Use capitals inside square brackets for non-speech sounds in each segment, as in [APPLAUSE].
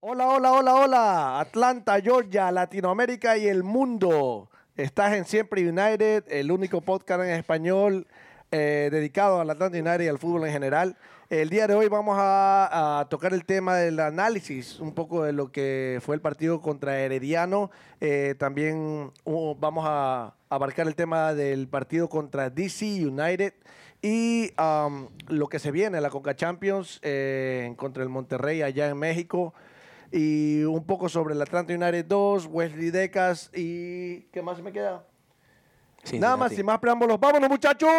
Hola, hola, hola, hola. Atlanta, Georgia, Latinoamérica y el mundo. Estás en Siempre United, el único podcast en español eh, dedicado al Atlanta United y al fútbol en general. El día de hoy vamos a, a tocar el tema del análisis, un poco de lo que fue el partido contra Herediano. Eh, también uh, vamos a abarcar el tema del partido contra DC United y um, lo que se viene, la Coca Champions eh, contra el Monterrey allá en México y un poco sobre el Atlanta United 2, Wesley Decas y ¿qué más me queda? Nada más, sin más preámbulos. ¡Vámonos, muchachos!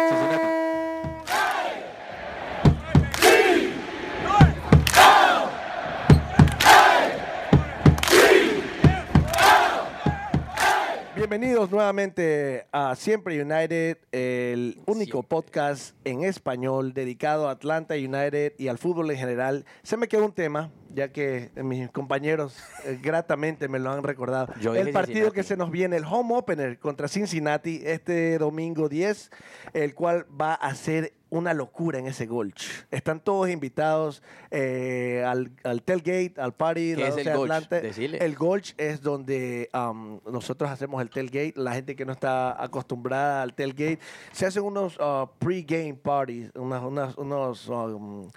Bienvenidos nuevamente a Siempre United, el único Siempre. podcast en español dedicado a Atlanta United y al fútbol en general. Se me quedó un tema, ya que mis compañeros eh, gratamente me lo han recordado. Yo el dije partido que Cincinnati. se nos viene, el home opener contra Cincinnati este domingo 10, el cual va a ser una locura en ese golch. Están todos invitados eh, al, al tailgate, al party, ¿Qué la es el 12 golch? Atlante. Decile. El golch es donde am, nosotros hacemos el tailgate. La gente que no está acostumbrada al tailgate, se hacen unos ah, pre-game parties, unas, unas, unos, um,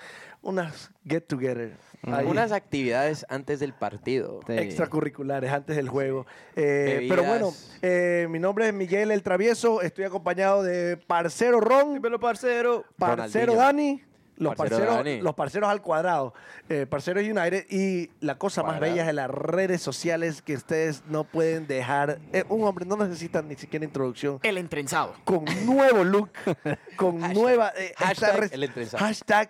unas get-together. ahí, Algunas actividades antes del partido. Extracurriculares antes del juego. Eh, Bebidas. pero bueno, eh, mi nombre es Miguel El Travieso. Estoy acompañado de Parcero Ron. parcero. Parcero Dani, los Parcero parceros, Dani. los parceros al cuadrado, eh, parceros United y la cosa más Cuadrado. bella de las redes sociales que ustedes no pueden dejar. Eh, un hombre no necesita ni siquiera introducción. El entrenzado. Con nuevo [LAUGHS] look, con Hashtag. nueva eh, está Hashtag res- el entrenzado. hashtag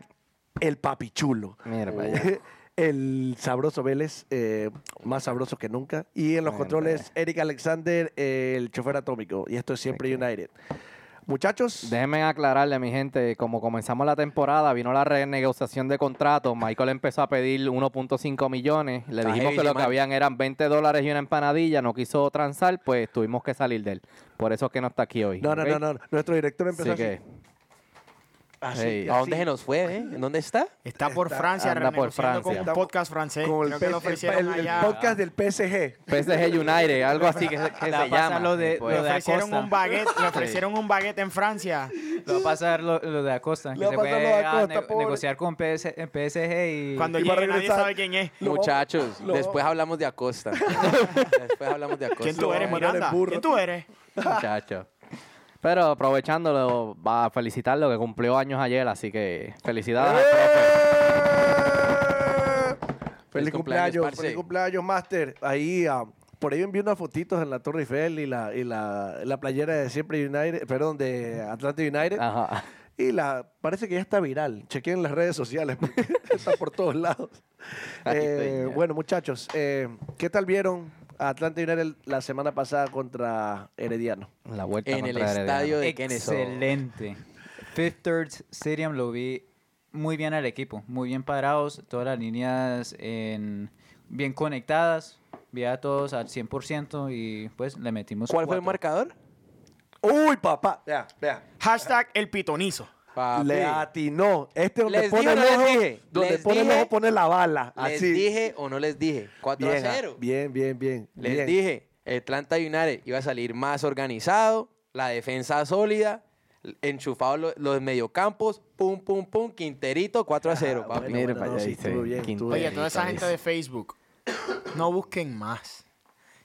el papichulo. Eh, [LAUGHS] El sabroso Vélez, eh, más sabroso que nunca. Y en los Bueno, controles, Eric Alexander, eh, el chofer atómico. Y esto es siempre United. Muchachos, Déjenme aclararle, mi gente, como comenzamos la temporada, vino la renegociación de contratos, Michael empezó a pedir 1.5 millones, le Está dijimos heavy, que lo Mike. que habían eran 20 dólares y una empanadilla, no quiso transar, pues tuvimos que salir de él. Por eso es que no está aquí hoy. no, no, ¿ok? no, no, Nuestro director Así empezó así. Así, que Hey. Ah, ¿A dónde así. se nos fue, eh? ¿En dónde está? Está por Francia, anda por renegociando con Francia. un podcast francés. Con el, Creo que lo P- el- ofrecieron el- el allá. podcast del PSG. PSG United, algo así que, se- que La se pasa llama. lo de- y Le pues, lo de- ofrecieron Acosta. un baguette, le ofrecieron un baguette en Francia. Lo va a pasar lo, lo de Acosta. Le Que va se a pasar fue lo de a Acosta, ne- pobre. negociar con PS en PSG y. Cuando Y va a llegue nadie regresar. sabe quién es. Lo- Muchachos, lo- después hablamos [LAUGHS] de Acosta. después hablamos de Acosta. ¿Quién tú lo eres, van a mandar Miranda? en burro. ¿Quién tú eres? [LAUGHS] muchacho. Pero aprovechándolo, va a felicitarlo que cumplió años ayer, así que felicidades al Ah, profe. ¡Eh! Feliz Feliz cumpleaños, cumpleaños, parce. feliz cumpleaños, Master. Ahí, ah, por ahí envié unas fotitos en la Torre Eiffel y la, y la, la playera de siempre United, perdón, de Atlanta United. Ajá. Y la parece que ya está viral. Chequeen las redes sociales porque [LAUGHS] está por todos lados. Ay, Eh, señor. bueno, muchachos, eh, ¿qué tal vieron a Atlanta United la semana pasada contra Herediano? La vuelta En el contra Herediano. estadio de Kennesaw. Excelente. Fifth Third Stadium lo vi muy bien al equipo. Muy bien parados. Todas las líneas en- bien conectadas. Vi a todos al 100% y pues le metimos. ¿Cuál fue el cuatro. marcador? ¡Uy, papá! Vea, vea. Hashtag el pitonizo. Papi. Le atinó. Este donde Les pone dije o no el les ojo, dije. donde Les pone el dije. ojo pone la bala. ¿Les así. dije o no les dije? 4 bien, a ah, 0. Bien, bien, bien. Les bien. dije, Atlanta United iba a salir más organizado, la defensa sólida, enchufados lo- los mediocampos, pum, pum, pum, Quinterito, 4 a 0, Ah, papi. bueno, bueno, Mira, no, ya sí, dice, estuvo bien, estuvo Quinto. bien. Oye, toda esa gente de Facebook, no busquen más.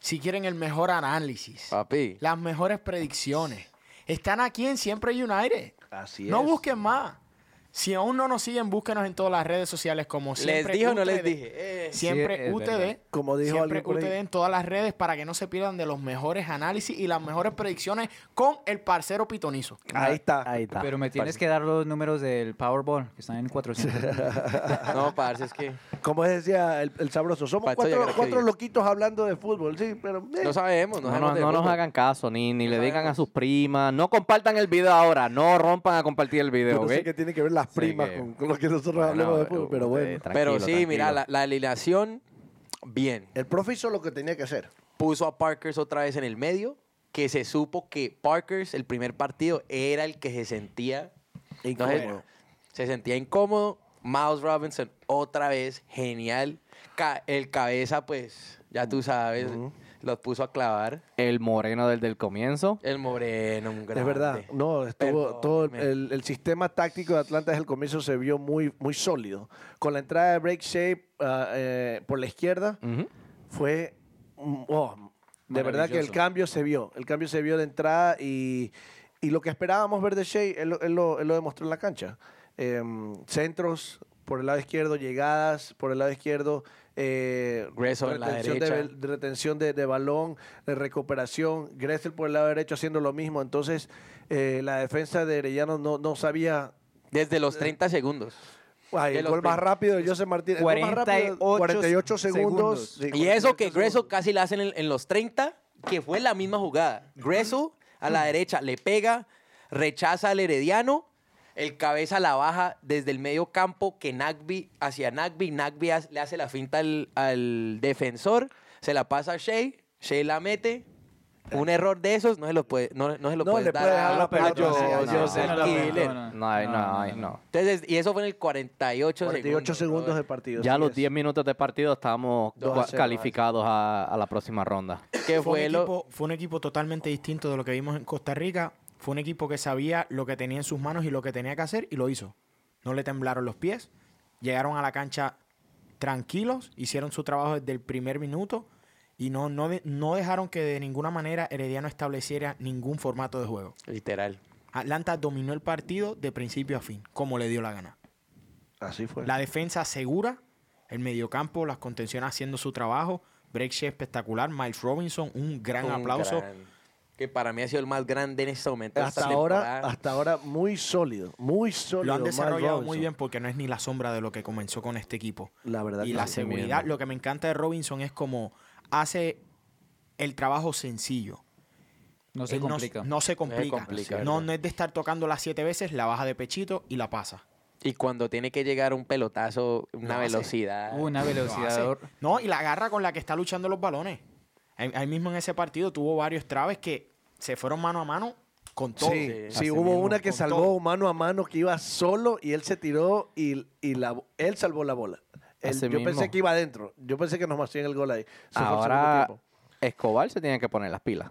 Si quieren el mejor análisis, Ah. Papi, las mejores predicciones, están aquí en Siempre United. Así No es. busquen más. Si aún no nos siguen, búsquenos en todas las redes sociales como ¿les siempre. dije o no les UTD. dije? Eh, Sí, Siempre es verdad. UTD. Como dijo siempre alguien por ahí. UTD en todas las redes para que no se pierdan de los mejores análisis y las mejores predicciones con el parcero pitonizo. Ah, Ahí está. Ahí está. Pero me tienes que dar los números del Powerball, que están en [LAUGHS] 400. No, parce, es que Como decía el, el sabroso, somos Pacho cuatro, Yagraquevi. cuatro loquitos hablando de fútbol, sí, pero... eh, no sabemos. No, No, sabemos no, de no nos fútbol. hagan caso, ni, ni No le digan sabemos. a sus primas. No compartan el video ahora, no rompan a compartir el yo video, no ¿ok? sé qué tiene que ver las Sí, primas que- con, con lo que nosotros No, hablamos no, de fútbol, pero ustedes, bueno. tranquilo, Pero sí, mira, tranquilo. la, la alineación, bien. El profe hizo lo que tenía que hacer. Puso a Parkers otra vez en el medio, que se supo que Parkers, el primer partido, era el que se sentía... no sé, Incómodo. se sentía incómodo. Miles Robinson, otra vez, genial. Ca- el cabeza, pues, ya tú sabes, los puso a clavar. El moreno del, del comienzo. El moreno, un grande. Es verdad. No, estuvo Perdóneme. todo el, el sistema táctico de Atlanta desde el comienzo se vio muy, muy sólido. Con la entrada de Break Shape ah, eh, por la izquierda Ujú. fue mm, oh, de verdad que el Maravilloso. cambio se vio. El cambio se vio de entrada y, y lo que esperábamos ver de Shea, él, lo- él lo, él lo demostró en la cancha. Em, centros por el lado izquierdo, llegadas por el lado izquierdo, eh, Gressel en la retención, de, derecha. bel- de retención de, de balón, de recuperación, Gressel por el lado derecho haciendo lo mismo. Entonces, eh, la defensa de Arellano no, no sabía. Desde los 30 segundos. Ay, De el los gol más prim- rápido de José Martínez. el gol más rápido, 48 48 segundos. segundos. Sí, Y eso que 48 Greso segundos. casi la hacen en, en los 30, que fue la misma jugada. Greso a la derecha le pega, rechaza al Herediano, el cabeza la baja desde el medio campo que Nagby hacia Nagby, Nagby ha- le hace la finta al, al defensor, se la pasa a Shea, Shea la mete. Un error de esos no se lo puede, no, no se lo No, puedes le dar puede a- dejar la a pelota Joe- así, no, Joe no, Zach no, no, Killer. no, no. No, ay, no, ay, no. Entonces, y eso fue en el 48, 48 segundos brother. de partido. Ya a así los es. 10 minutos de partido estamos Dos a cua- cero, calificados a, a la próxima ronda. Que fue, fue un lo, equipo, fue un equipo totalmente distinto de lo que vimos en Costa Rica. Fue un equipo que sabía lo que tenía en sus manos y lo que tenía que hacer y lo hizo. No le temblaron los pies. Llegaron a la cancha tranquilos, hicieron su trabajo desde el primer minuto y no, no, de- no dejaron que de ninguna manera Herediano estableciera ningún formato de juego. literal. Atlanta dominó el partido de principio a fin, como le dio la gana. Así fue. La defensa segura, el mediocampo, las contenciones haciendo su trabajo. Breakshare espectacular, Miles Robinson, un gran Un aplauso. gran- que para mí ha sido el más grande en este momento. de hasta esta ahora, temporada. hasta ahora muy sólido, muy sólido. Lo han Miles desarrollado muy Robinson. bien porque no es ni la sombra de lo que comenzó con este equipo. La verdad. Y que la sí. seguridad, lo que me encanta de Robinson es como hace el trabajo sencillo. No se Él Eh, no- complica. No, se complica. complica, no, ¿verdad? no es de estar tocando las siete veces, la baja de pechito y la pasa. Y cuando tiene que llegar un pelotazo, una hace. velocidad. Una Lo hace. velocidad. No, y la garra con la que está luchando los balones. Ahí, ahí mismo en ese partido tuvo varios traves que se fueron mano a mano con todo. Sí, Sí, sí, así hubo mismo, una que con salvó todo. mano a mano que iba solo y él se tiró y, y la, él salvó la bola. Él- Así yo pensé mismo. que iba adentro. Yo pensé que nos hacían el gol ahí. Eso fue el Ahora segundo Escobar se tiene que poner las pilas.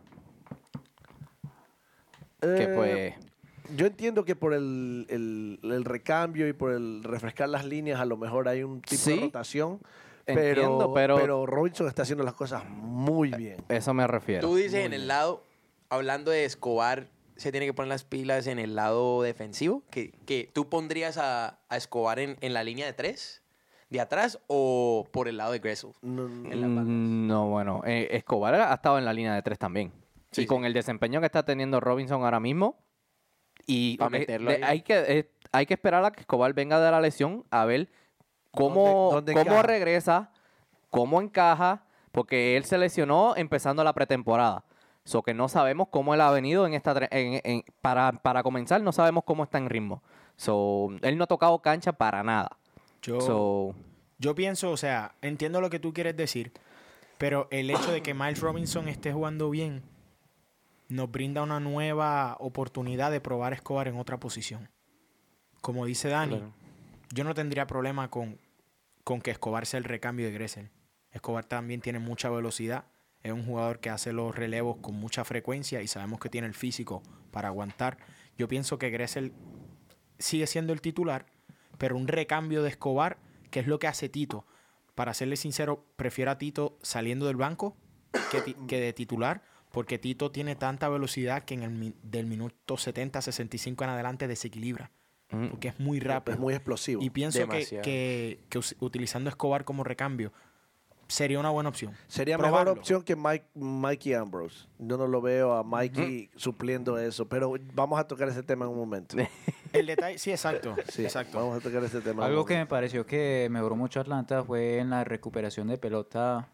tiempo. Que Eh, pues Yo entiendo que por el, el- el recambio y por el refrescar las líneas, a lo mejor hay un tipo de Sí, rotación. pero, entiendo, pero- pero Robinson está haciendo las cosas muy bien. eso me refiero. Tú dices en el lado, hablando de Escobar, se tiene que poner las pilas en el lado defensivo. Que, que tú pondrías a, a Escobar en, en la línea de tres, de atrás, o por el lado de Gressel. No- no- en las bandas. Mm, No, bueno, eh, Escobar ha estado en la línea de tres también. Sí, y con el desempeño que está teniendo Robinson ahora mismo, y Pa' de- meterlo de- ahí. hay, que, eh, hay que esperar a que Escobar venga de la lesión a ver cómo, ¿Dónde- dónde cómo encaja? regresa, cómo encaja, porque él se lesionó empezando la pretemporada. So que no sabemos cómo él ha venido en esta tre- en- en- para, para comenzar, no sabemos cómo está en ritmo. So, él no ha tocado cancha para nada. Yo, So, Yo pienso, o sea, entiendo lo que tú quieres decir, pero el hecho de que Miles Robinson esté jugando bien nos brinda una nueva oportunidad de probar a Escobar en otra posición. Como dice Dani, yo no tendría problema con, con que Escobar sea el recambio de Gressel. Escobar también tiene mucha velocidad, es un jugador que hace los relevos con mucha frecuencia y sabemos que tiene el físico para aguantar. Yo pienso que Gressel sigue siendo el titular, pero un recambio de Escobar, que es lo que hace Tito. Para serle sincero, prefiero a Tito saliendo del banco que, ti- que de titular, porque Tito tiene tanta velocidad que en el mi- del minuto 70, 65 en adelante desequilibra, mm, porque es muy rápido. Es muy explosivo. y pienso que, Demasiado. que- que us- utilizando a Escobar como recambio sería una buena opción. Sería Probarlo. mejor opción que Mike, Mikey Ambrose. Yo no lo veo a Mikey supliendo eso, pero vamos a tocar ese tema en un momento. El detalle, sí, exacto. [LAUGHS] Sí, exacto. Vamos a tocar ese tema. en un Algo que me momento. pareció que mejoró mucho Atlanta fue en la recuperación de pelota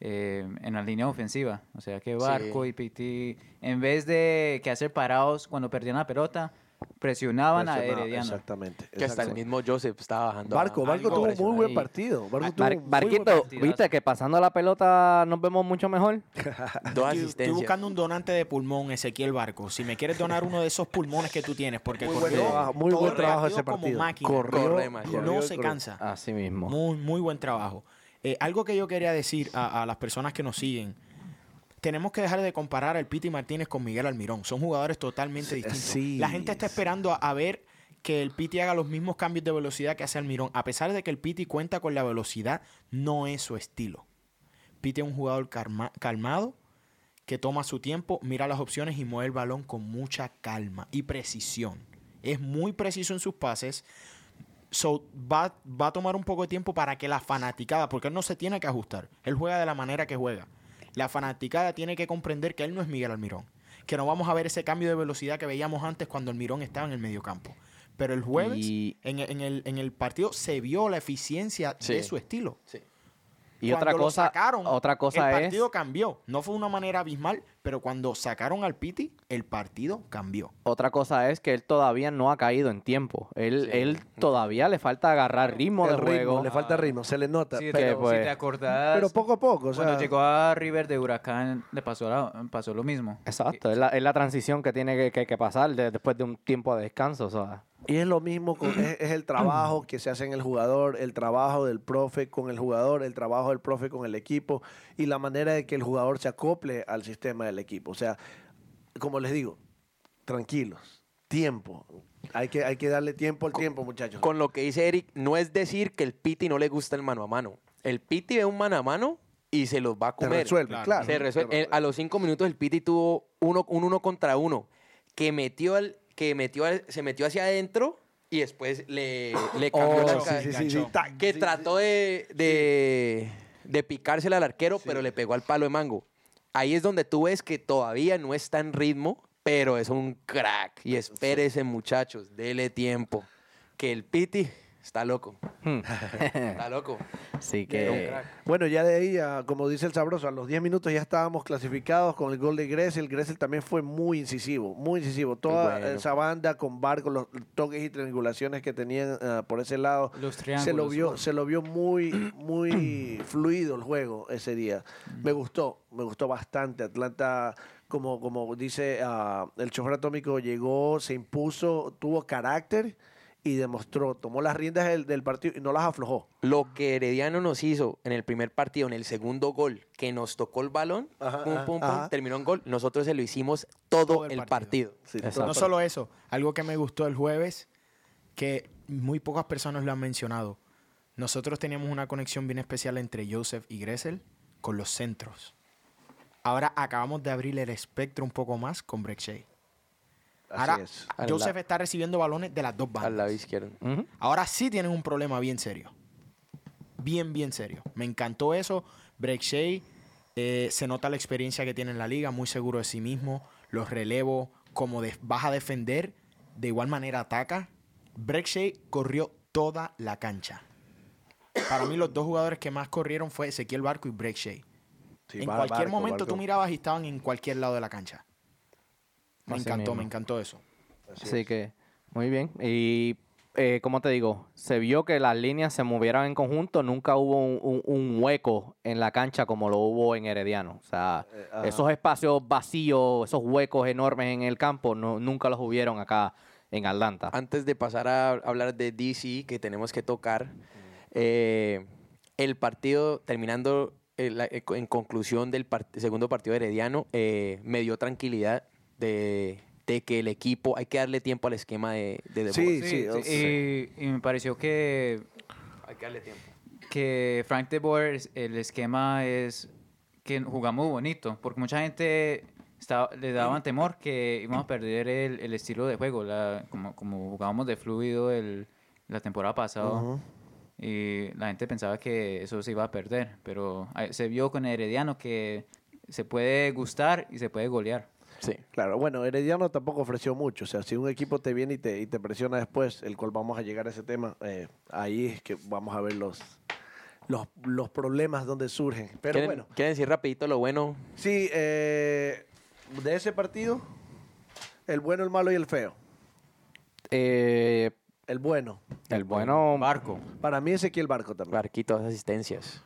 eh, en la línea ofensiva. O sea que Barco y Piti, en vez de que hacer parados cuando perdían la pelota, presionaban a Presionado, Herediano. Exactamente. Que hasta el exacto. mismo Joseph estaba bajando. a- Barco, Barco Algo tuvo un muy presionado buen ahí. partido. Barco tuvo Ah, Bar- un muy buen Barquito, partido. ¿viste que pasando la pelota nos vemos mucho mejor? [LAUGHS] [LAUGHS] Dos Estoy- Estoy asistencias. buscando un donante de pulmón, Ezequiel Barco. Si me quieres donar uno de esos pulmones que tú tienes, porque Muy buen corrió trabajo, muy todo buen el trabajo ese como partido. máquina. Corrió, Corre, man, corrió, no se corrió. cansa. Así mismo. Muy, muy buen trabajo. Eh, algo que yo quería decir a, a las personas que nos siguen. Tenemos que dejar de comparar al Piti Martínez con Miguel Almirón. Son jugadores totalmente distintos. sí. La gente está esperando a, a ver que el Piti haga los mismos cambios de velocidad que hace Almirón. A pesar de que el Piti cuenta con la velocidad, no es su estilo. Piti es un jugador calma- calmado, que toma su tiempo, mira las opciones y mueve el balón con mucha calma y precisión. Es muy preciso en sus pases. So, va, va a tomar un poco de tiempo para que la fanaticada, porque él no se tiene que ajustar, él juega de la manera que juega. La fanaticada tiene que comprender que él no es Miguel Almirón, que no vamos a ver ese cambio de velocidad que veíamos antes cuando Almirón estaba en el mediocampo. Pero el jueves, Y- en, en el, en el partido, se vio la eficiencia de Sí. su estilo. Sí. Y Cuando otra lo cosa, sacaron, otra cosa el es partido cambió. No fue una manera abismal, pero cuando sacaron al Piti, el partido cambió. Otra cosa es que él todavía no ha caído en tiempo. Él, Sí. él todavía le falta agarrar ritmo El de juego. ritmo, le falta ritmo, se le nota. Sí, pero, pero pues, si te acordás, Pero poco a poco, o sea, cuando llegó a River de Huracán, le pasó, la- pasó lo mismo. Exacto, es la, es la transición que tiene que, que- que pasar de- después de un tiempo de descanso. o sea. y es lo mismo, con, es, es el trabajo que se hace en el jugador, el trabajo del profe con el jugador, el trabajo del profe con el equipo y la manera de que el jugador se acople al sistema del equipo. O sea, como les digo, tranquilos, tiempo. Hay que, hay que darle tiempo al tiempo, muchachos. Con lo que dice Eric, no es decir que el Piti no le gusta el mano a mano. El Piti ve un mano a mano y se los va a se comer. resuelve, Claro. claro. Se resuel- Te el- a los cinco minutos el Piti tuvo uno, un uno contra uno que metió al, que metió al- se metió hacia adentro y después le, le cambió la Oh, sí, sí, ca- sí, enganchó. sí, tac, que sí, trató de, de, de picársela al arquero, pero le pegó al palo de mango. Ahí es donde tú ves que todavía no está en ritmo, pero es un crack. Y espérese, muchachos, dele tiempo. Que el Piti está loco. Hmm. [LAUGHS] Está loco. Así Era un que crack. Eh, Bueno, ya de ahí, a- como dice el sabroso, a los 10 minutos ya estábamos clasificados con el gol de Gressel. Gressel también fue muy incisivo, muy incisivo. Toda bueno. esa banda con barco, los toques y triangulaciones que tenían ah, por ese lado. Los Se lo triángulos, vio, ¿no? se lo vio muy, [CLEARS THROAT] muy fluido el juego ese día. Me gustó, me gustó bastante. Atlanta, como, como dice ah, el chofer atómico, llegó, se impuso, tuvo carácter y demostró, tomó las riendas del, del partido y no las aflojó. Lo que Herediano nos hizo en el primer partido, en el segundo gol, que nos tocó el balón, Ajá, pum, ajá, pum, pum, ajá. terminó en gol. Nosotros se lo hicimos todo, Todo el el, partido. partido. Sí, Exacto. todo- No solo eso, algo que me gustó el jueves, que muy pocas personas lo han mencionado. Nosotros teníamos una conexión bien especial entre Joseph y Gressel con los centros. Ahora acabamos de abrir el espectro un poco más con Breck Shea. Así Ahora es. Al Joseph lado. está recibiendo balones de las dos Al lado bandas. izquierdo. ujú. Ahora sí tienen un problema bien serio. Bien, bien serio. Me encantó eso. Break Shea, eh, se nota la experiencia que tiene en la liga, muy seguro de sí mismo. Los relevos, como de- vas a defender, de igual manera ataca. Break Shea corrió toda la cancha. Para mí, los dos jugadores que más corrieron fue Ezequiel Barco y Break Shea. Sí, en Bar- cualquier Barco, momento Barco. tú mirabas y estaban en cualquier lado de la cancha. Me Así encantó, mismo. me encantó eso. Así que, muy bien. Y, eh, como te digo, se vio que las líneas se movieron en conjunto. Nunca hubo un, un- un hueco en la cancha como lo hubo en Herediano. O sea, Eh, ajá. esos espacios vacíos, esos huecos enormes en el campo, no- nunca los hubieron acá en Atlanta. Ah, Antes de pasar a hablar de DC, que tenemos que tocar, eh, el partido, terminando el- la- eh, co- en conclusión del par- segundo partido de Herediano, eh, me dio tranquilidad de, de que el equipo, hay que darle tiempo al esquema de, de De Sí, Boer. sí, o sea. Y, y me pareció que, Hay que darle tiempo. que Frank de Boer, es- el esquema es que jugamos bonito, porque mucha gente estaba- le daban temor que íbamos a perder el, el estilo de juego, la- como, como jugábamos de fluido el- la temporada pasada. Ujú. Y la gente pensaba que eso se iba a perder, pero ah, se vio con Herediano que se puede gustar y se puede golear. Sí. Claro, bueno, Herediano tampoco ofreció mucho. O sea, si un equipo te viene y te, y te presiona después, el cual vamos a llegar a ese tema, eh, ahí es que vamos a ver los, los, los problemas donde surgen. Pero ¿Quieren, bueno, quieren decir rapidito lo bueno? sí, eh, de ese partido, el bueno, el malo y el feo. eh, El bueno. el bueno Barco. Para mí es aquí el barco también. Eh, Barquito, dos asistencias.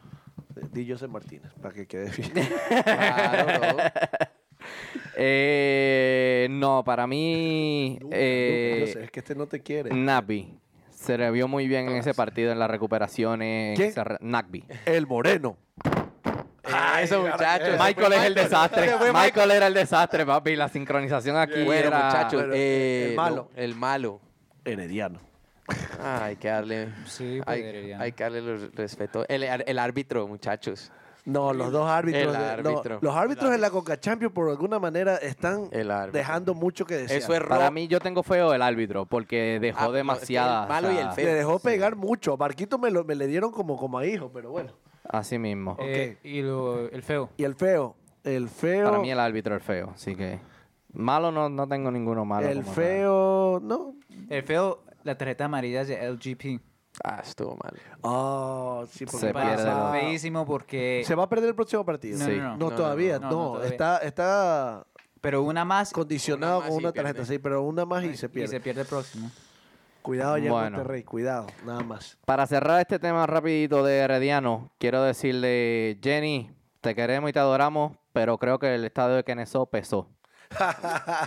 Di José Martínez, para que quede [LAUGHS] bien. Claro, bro. eh, no, [LAUGHS] para mí Lucas, eh, Lucas, yo sé, es que este no te quiere. mm. Nagby se le vio muy bien en ese partido en las recuperaciones. ¿Quién? en esa re- Nagby. El moreno. Ah, [LAUGHS] eso, muchachos. Ese Michael es el desastre. Ese fue Michael era el desastre, papi. La sincronización aquí Bueno, era- muchachos. Pero, eh, el malo. no, el malo. Herediano. Ah, hay que darle. Sí, hay, podría. hay que darle el respeto. El, el árbitro, muchachos. No, los dos árbitros. El de- no, árbitro. los árbitros en la Coca Champions, por alguna manera, están El árbitro. dejando mucho que desear. Eso es ro- Para mí, yo tengo feo el árbitro porque dejó Ah, no, es que el demasiada. malo y el feo. Le dejó pegar mucho. A Barquito me, lo- me le dieron como, como a hijo, pero bueno. Así mismo. Eh, y lo- el feo. Y el feo. El feo. Para mí, el árbitro es feo. Así que. Malo no, no tengo ninguno malo. el como tal. feo. No. El feo, la tarjeta amarilla es de LGP. Ah, estuvo mal. Ah, sí, porque Se Para- pierde pasa- la- Feísimo porque... Se va a perder el próximo partido. No, Sí. no, no, no, todavía. No, no, no, no, todavía. Está, está Pero una más condicionado Una más con y una tarjeta, pierde. sí, pero una más y se y pierde. se pierde el próximo. Cuidado ya, Bueno. Monterrey, cuidado, nada más. Para cerrar este tema rapidito de Herediano, quiero decirle, Jenny, te queremos y te adoramos, pero creo que el estado de [LAUGHS] Keneso pesó.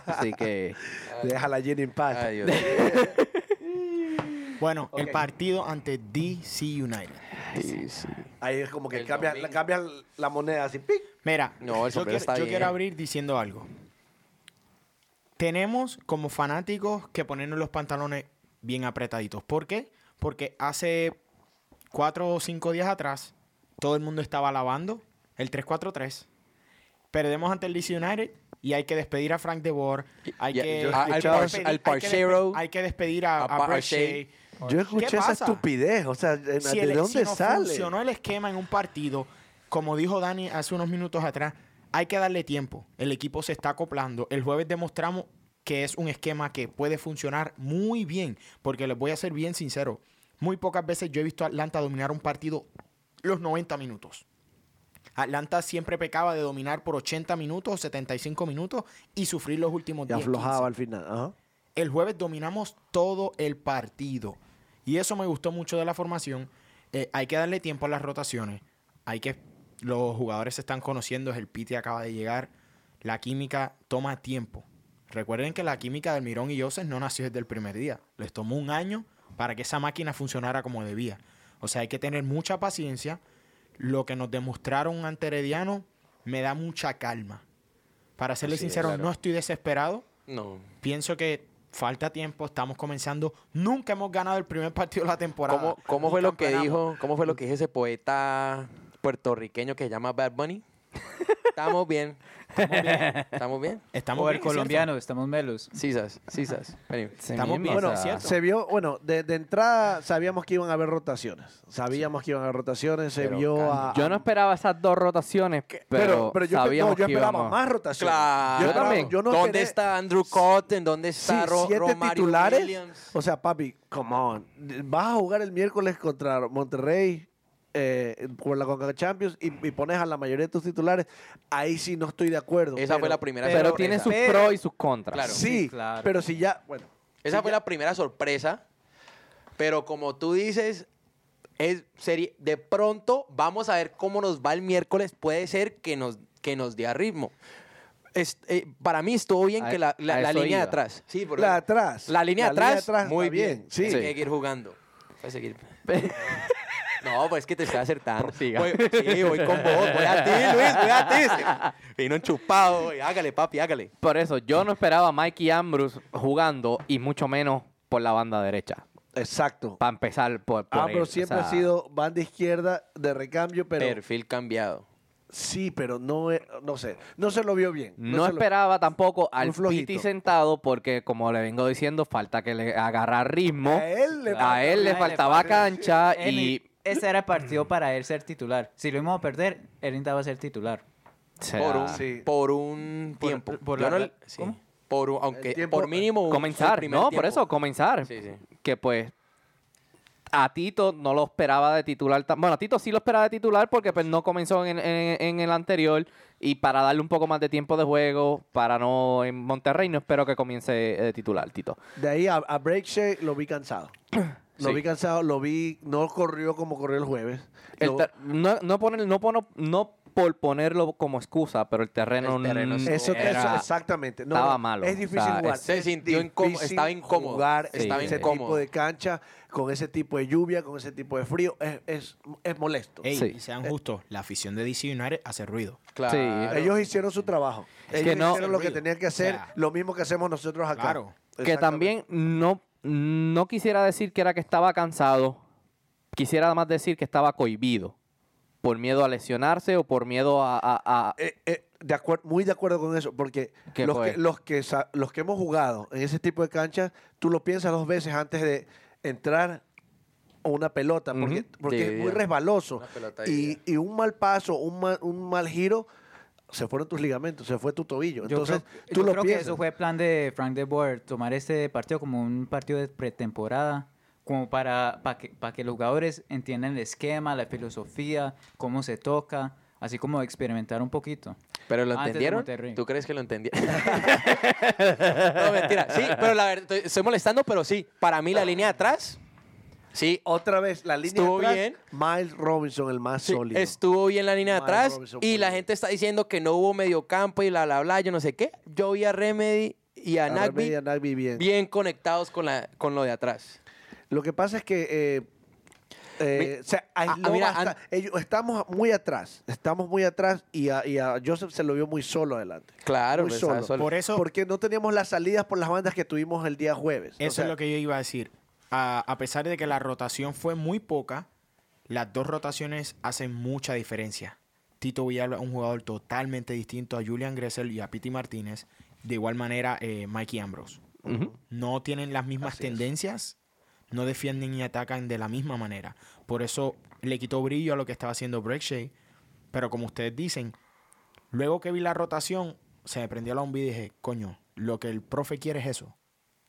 Así que. Déjala Jenny en paz. Ay, Dios. Bueno, el partido ante DC United. Sí, sí. Ahí es como que El cambias domingo. cambias la moneda así, ¡pic! Mira, No, el yo, sombrero quiero, está yo bien. quiero abrir diciendo algo. Tenemos como fanáticos que ponernos los pantalones bien apretaditos. ¿Por qué? Porque hace cuatro o cinco días atrás todo el mundo estaba alabando el 3-4-3. Perdemos ante el DC United y hay que despedir a Frank De Boer. Hay Ya, que yo he A- al escuchado- Par- al hay que despe- Parchero. Hay que despedir a, A a Pa- Brett a Shea. Shea. Yo escuché esa pasa? estupidez, o sea, ¿de, Si eh, de el- dónde si no sale? funcionó el esquema en un partido, como dijo Dani hace unos minutos atrás, hay que darle tiempo. El equipo se está acoplando. El jueves demostramos que es un esquema que puede funcionar muy bien, porque les voy a ser bien sincero. Muy pocas veces yo he visto a Atlanta dominar un partido los 90 minutos. Atlanta siempre pecaba de dominar por 80 minutos, 75 minutos y sufrir los últimos Y 10, 15. aflojaba al final. ajá. El jueves dominamos todo el partido. Y eso me gustó mucho de la formación. Eh, hay que darle tiempo a las rotaciones. Hay que. Los jugadores se están conociendo. El Piti acaba de llegar. La química toma tiempo. Recuerden que la química del Mirón y Joseph no nació desde el primer día. Les tomó un año para que esa máquina funcionara como debía. O sea, hay que tener mucha paciencia. Lo que nos demostraron ante Herediano me da mucha calma. Para serle Así es, sincero, claro. no estoy desesperado No. pienso que falta tiempo, estamos comenzando. Nunca hemos ganado el primer partido de la temporada. ¿Cómo, cómo fue Nunca lo que ganamos. dijo? ¿Cómo fue lo que dijo ese poeta puertorriqueño que se llama Bad Bunny? Estamos bien. Estamos bien. Estamos bien. Estamos O bien, el es cierto. colombiano, estamos melos. Sisas, sisas. Vení. sí Estamos mismo, bien, o Bueno, sea, ¿cierto? se vio, bueno, de, de entrada sabíamos que iban a haber rotaciones. Sabíamos que iban a haber rotaciones, se Pero vio a... Yo no esperaba esas dos rotaciones, pero, yo, espe- sabíamos no, yo que esperaba íbamos- más rotaciones. Claro. Yo, esperaba- también. yo no ¿Dónde esperé- está Andrew Cotton? ¿Dónde Sí, está Ro- siete Romario titulares. Williams? O sea, papi, come on. Vas a jugar el miércoles contra Monterrey eh, por la Conca Champions y, y pones a la mayoría de tus titulares. Ahí sí no estoy de acuerdo. Esa fue pero- la primera Pero, sorpresa. tiene sus pero- pros y sus contras. Claro. Sí, Sí, claro. pero si ya, bueno, Esa fue la primera sorpresa. Pero como tú dices, es serie, de pronto vamos a ver cómo nos va el miércoles. Puede ser que nos, que nos dé a ritmo. Es- eh, para mí estuvo bien A- e- que la, la- a la eso línea de iba. atrás. Sí, porque- la de atrás. La línea de atrás, muy está bien. Sí. Hay que seguir jugando. Hay que seguir. No, pues es que te estoy acertando. Prosiga. Voy, sí, voy con vos. Voy a ti, Luis, [LAUGHS] voy a ti. Vino enchupado. güey. Hágale, papi, hágale. [LAUGHS] Por eso, yo no esperaba a Mikey Ambrose jugando y mucho menos por la banda derecha. Exacto. Para empezar por, por él, o Ambrose Ah, siempre ha sea, sido banda izquierda de recambio, pero Perfil cambiado. sí, pero no, eh, no sé, no se lo vio bien. No se lo- esperaba tampoco al flojito. Piti sentado porque, como le vengo diciendo, falta que le agarra ritmo. A él le A él le Ay, le faltaba falta- cancha Él- Ah, y Ese era el Mm. partido para él ser titular. Si lo íbamos a perder, él intentaba ser titular. o sea, por un, Sí. por un Por- tiempo. por Yo la- no- la- sí. ¿cómo? Por, un- aunque, tiempo- por mínimo un- el comenzar, primer ¿no? Por tiempo. eso, comenzar. Sí, sí. Que pues a Tito no lo esperaba de titular. tan- Bueno, a Tito sí lo esperaba de titular porque pues, no comenzó en, en- en el anterior. Y para darle un poco más de tiempo de juego, para no en Monterrey, no espero que comience eh, de titular, Tito. De ahí a, a Breakshake lo vi cansado. Lo Sí. vi cansado, lo vi, no corrió como corrió el jueves. El Lo- ter- no, no, poner- no, pono- no por ponerlo como excusa, pero el terreno, El terreno n- estuvo- eso, era- eso, exactamente. No, estaba no, malo. Es difícil O sea, jugar. se Es sintió incómodo, difícil estaba incómodo. Jugar en Estaba ese incómodo. tipo de cancha, con ese tipo de lluvia, con ese tipo de frío, es, es, es molesto. Ey, Sí. y sean justos, la afición de DC United hace ruido. Claro. Ellos hicieron su trabajo. Es Ellos que no- hicieron lo que tenían que hacer, O sea, lo mismo que hacemos nosotros acá. claro. que también no, no quisiera decir que era que estaba cansado, quisiera más decir que estaba cohibido por miedo a lesionarse o por miedo a... a- a- Eh, eh, de acuerdo, muy de acuerdo con eso, porque ¿Qué los fue? que, los, que, sa- los que hemos jugado en ese tipo de canchas, tú lo piensas dos veces antes de entrar a una pelota, porque, Ujú. porque es muy Dividida. resbaloso. Una pelota Y, dividida. y un mal paso, un mal, un mal giro, se fueron tus ligamentos, se fue tu tobillo. Yo Entonces, creo, tú yo lo creo que piensas. eso fue plan de Frank de Boer, tomar este partido como un partido de pretemporada, como para, para, que, para que los jugadores entiendan el esquema, la filosofía, cómo se toca, así como experimentar un poquito. ¿Pero lo Antes de entendieron? Monterrey. ¿Tú crees que lo entendieron? no, mentira. Sí, pero la verdad, estoy- estoy molestando, pero sí. Para mí la línea de atrás, sí. Otra vez, la línea Estuvo atrás, bien. Miles Robinson, el más sí, sólido. estuvo bien la línea de Madre, atrás Robinson, muy y la bien. gente está diciendo que no hubo mediocampo y bla, bla, bla, yo no sé qué. Yo vi a Remedy y a, A Nagby Remedy, a Nagby, bien. bien conectados con, la, con lo de atrás. Lo que pasa es que eh, eh, se aisló ah, mira, basta- an- ellos- estamos muy atrás, estamos muy atrás y a, y a Joseph se lo vio muy solo adelante. Claro, muy pues, estaba solo. Por eso, Porque no teníamos las salidas por las bandas que tuvimos el día jueves. eso es lo que yo iba a decir. A, a pesar de que la rotación fue muy poca, las dos rotaciones hacen mucha diferencia. Tito Villalba es un jugador totalmente distinto a Julian Gressel y a Piti Martínez. De igual manera, eh, Mikey Ambrose. Ujú. no tienen las mismas tendencias, no defienden y atacan de la misma manera. Por eso le quitó brillo a lo que estaba haciendo Breakshake. Pero como ustedes dicen, luego que vi la rotación, se me prendió la bombilla y dije, coño, lo que el profe quiere es eso.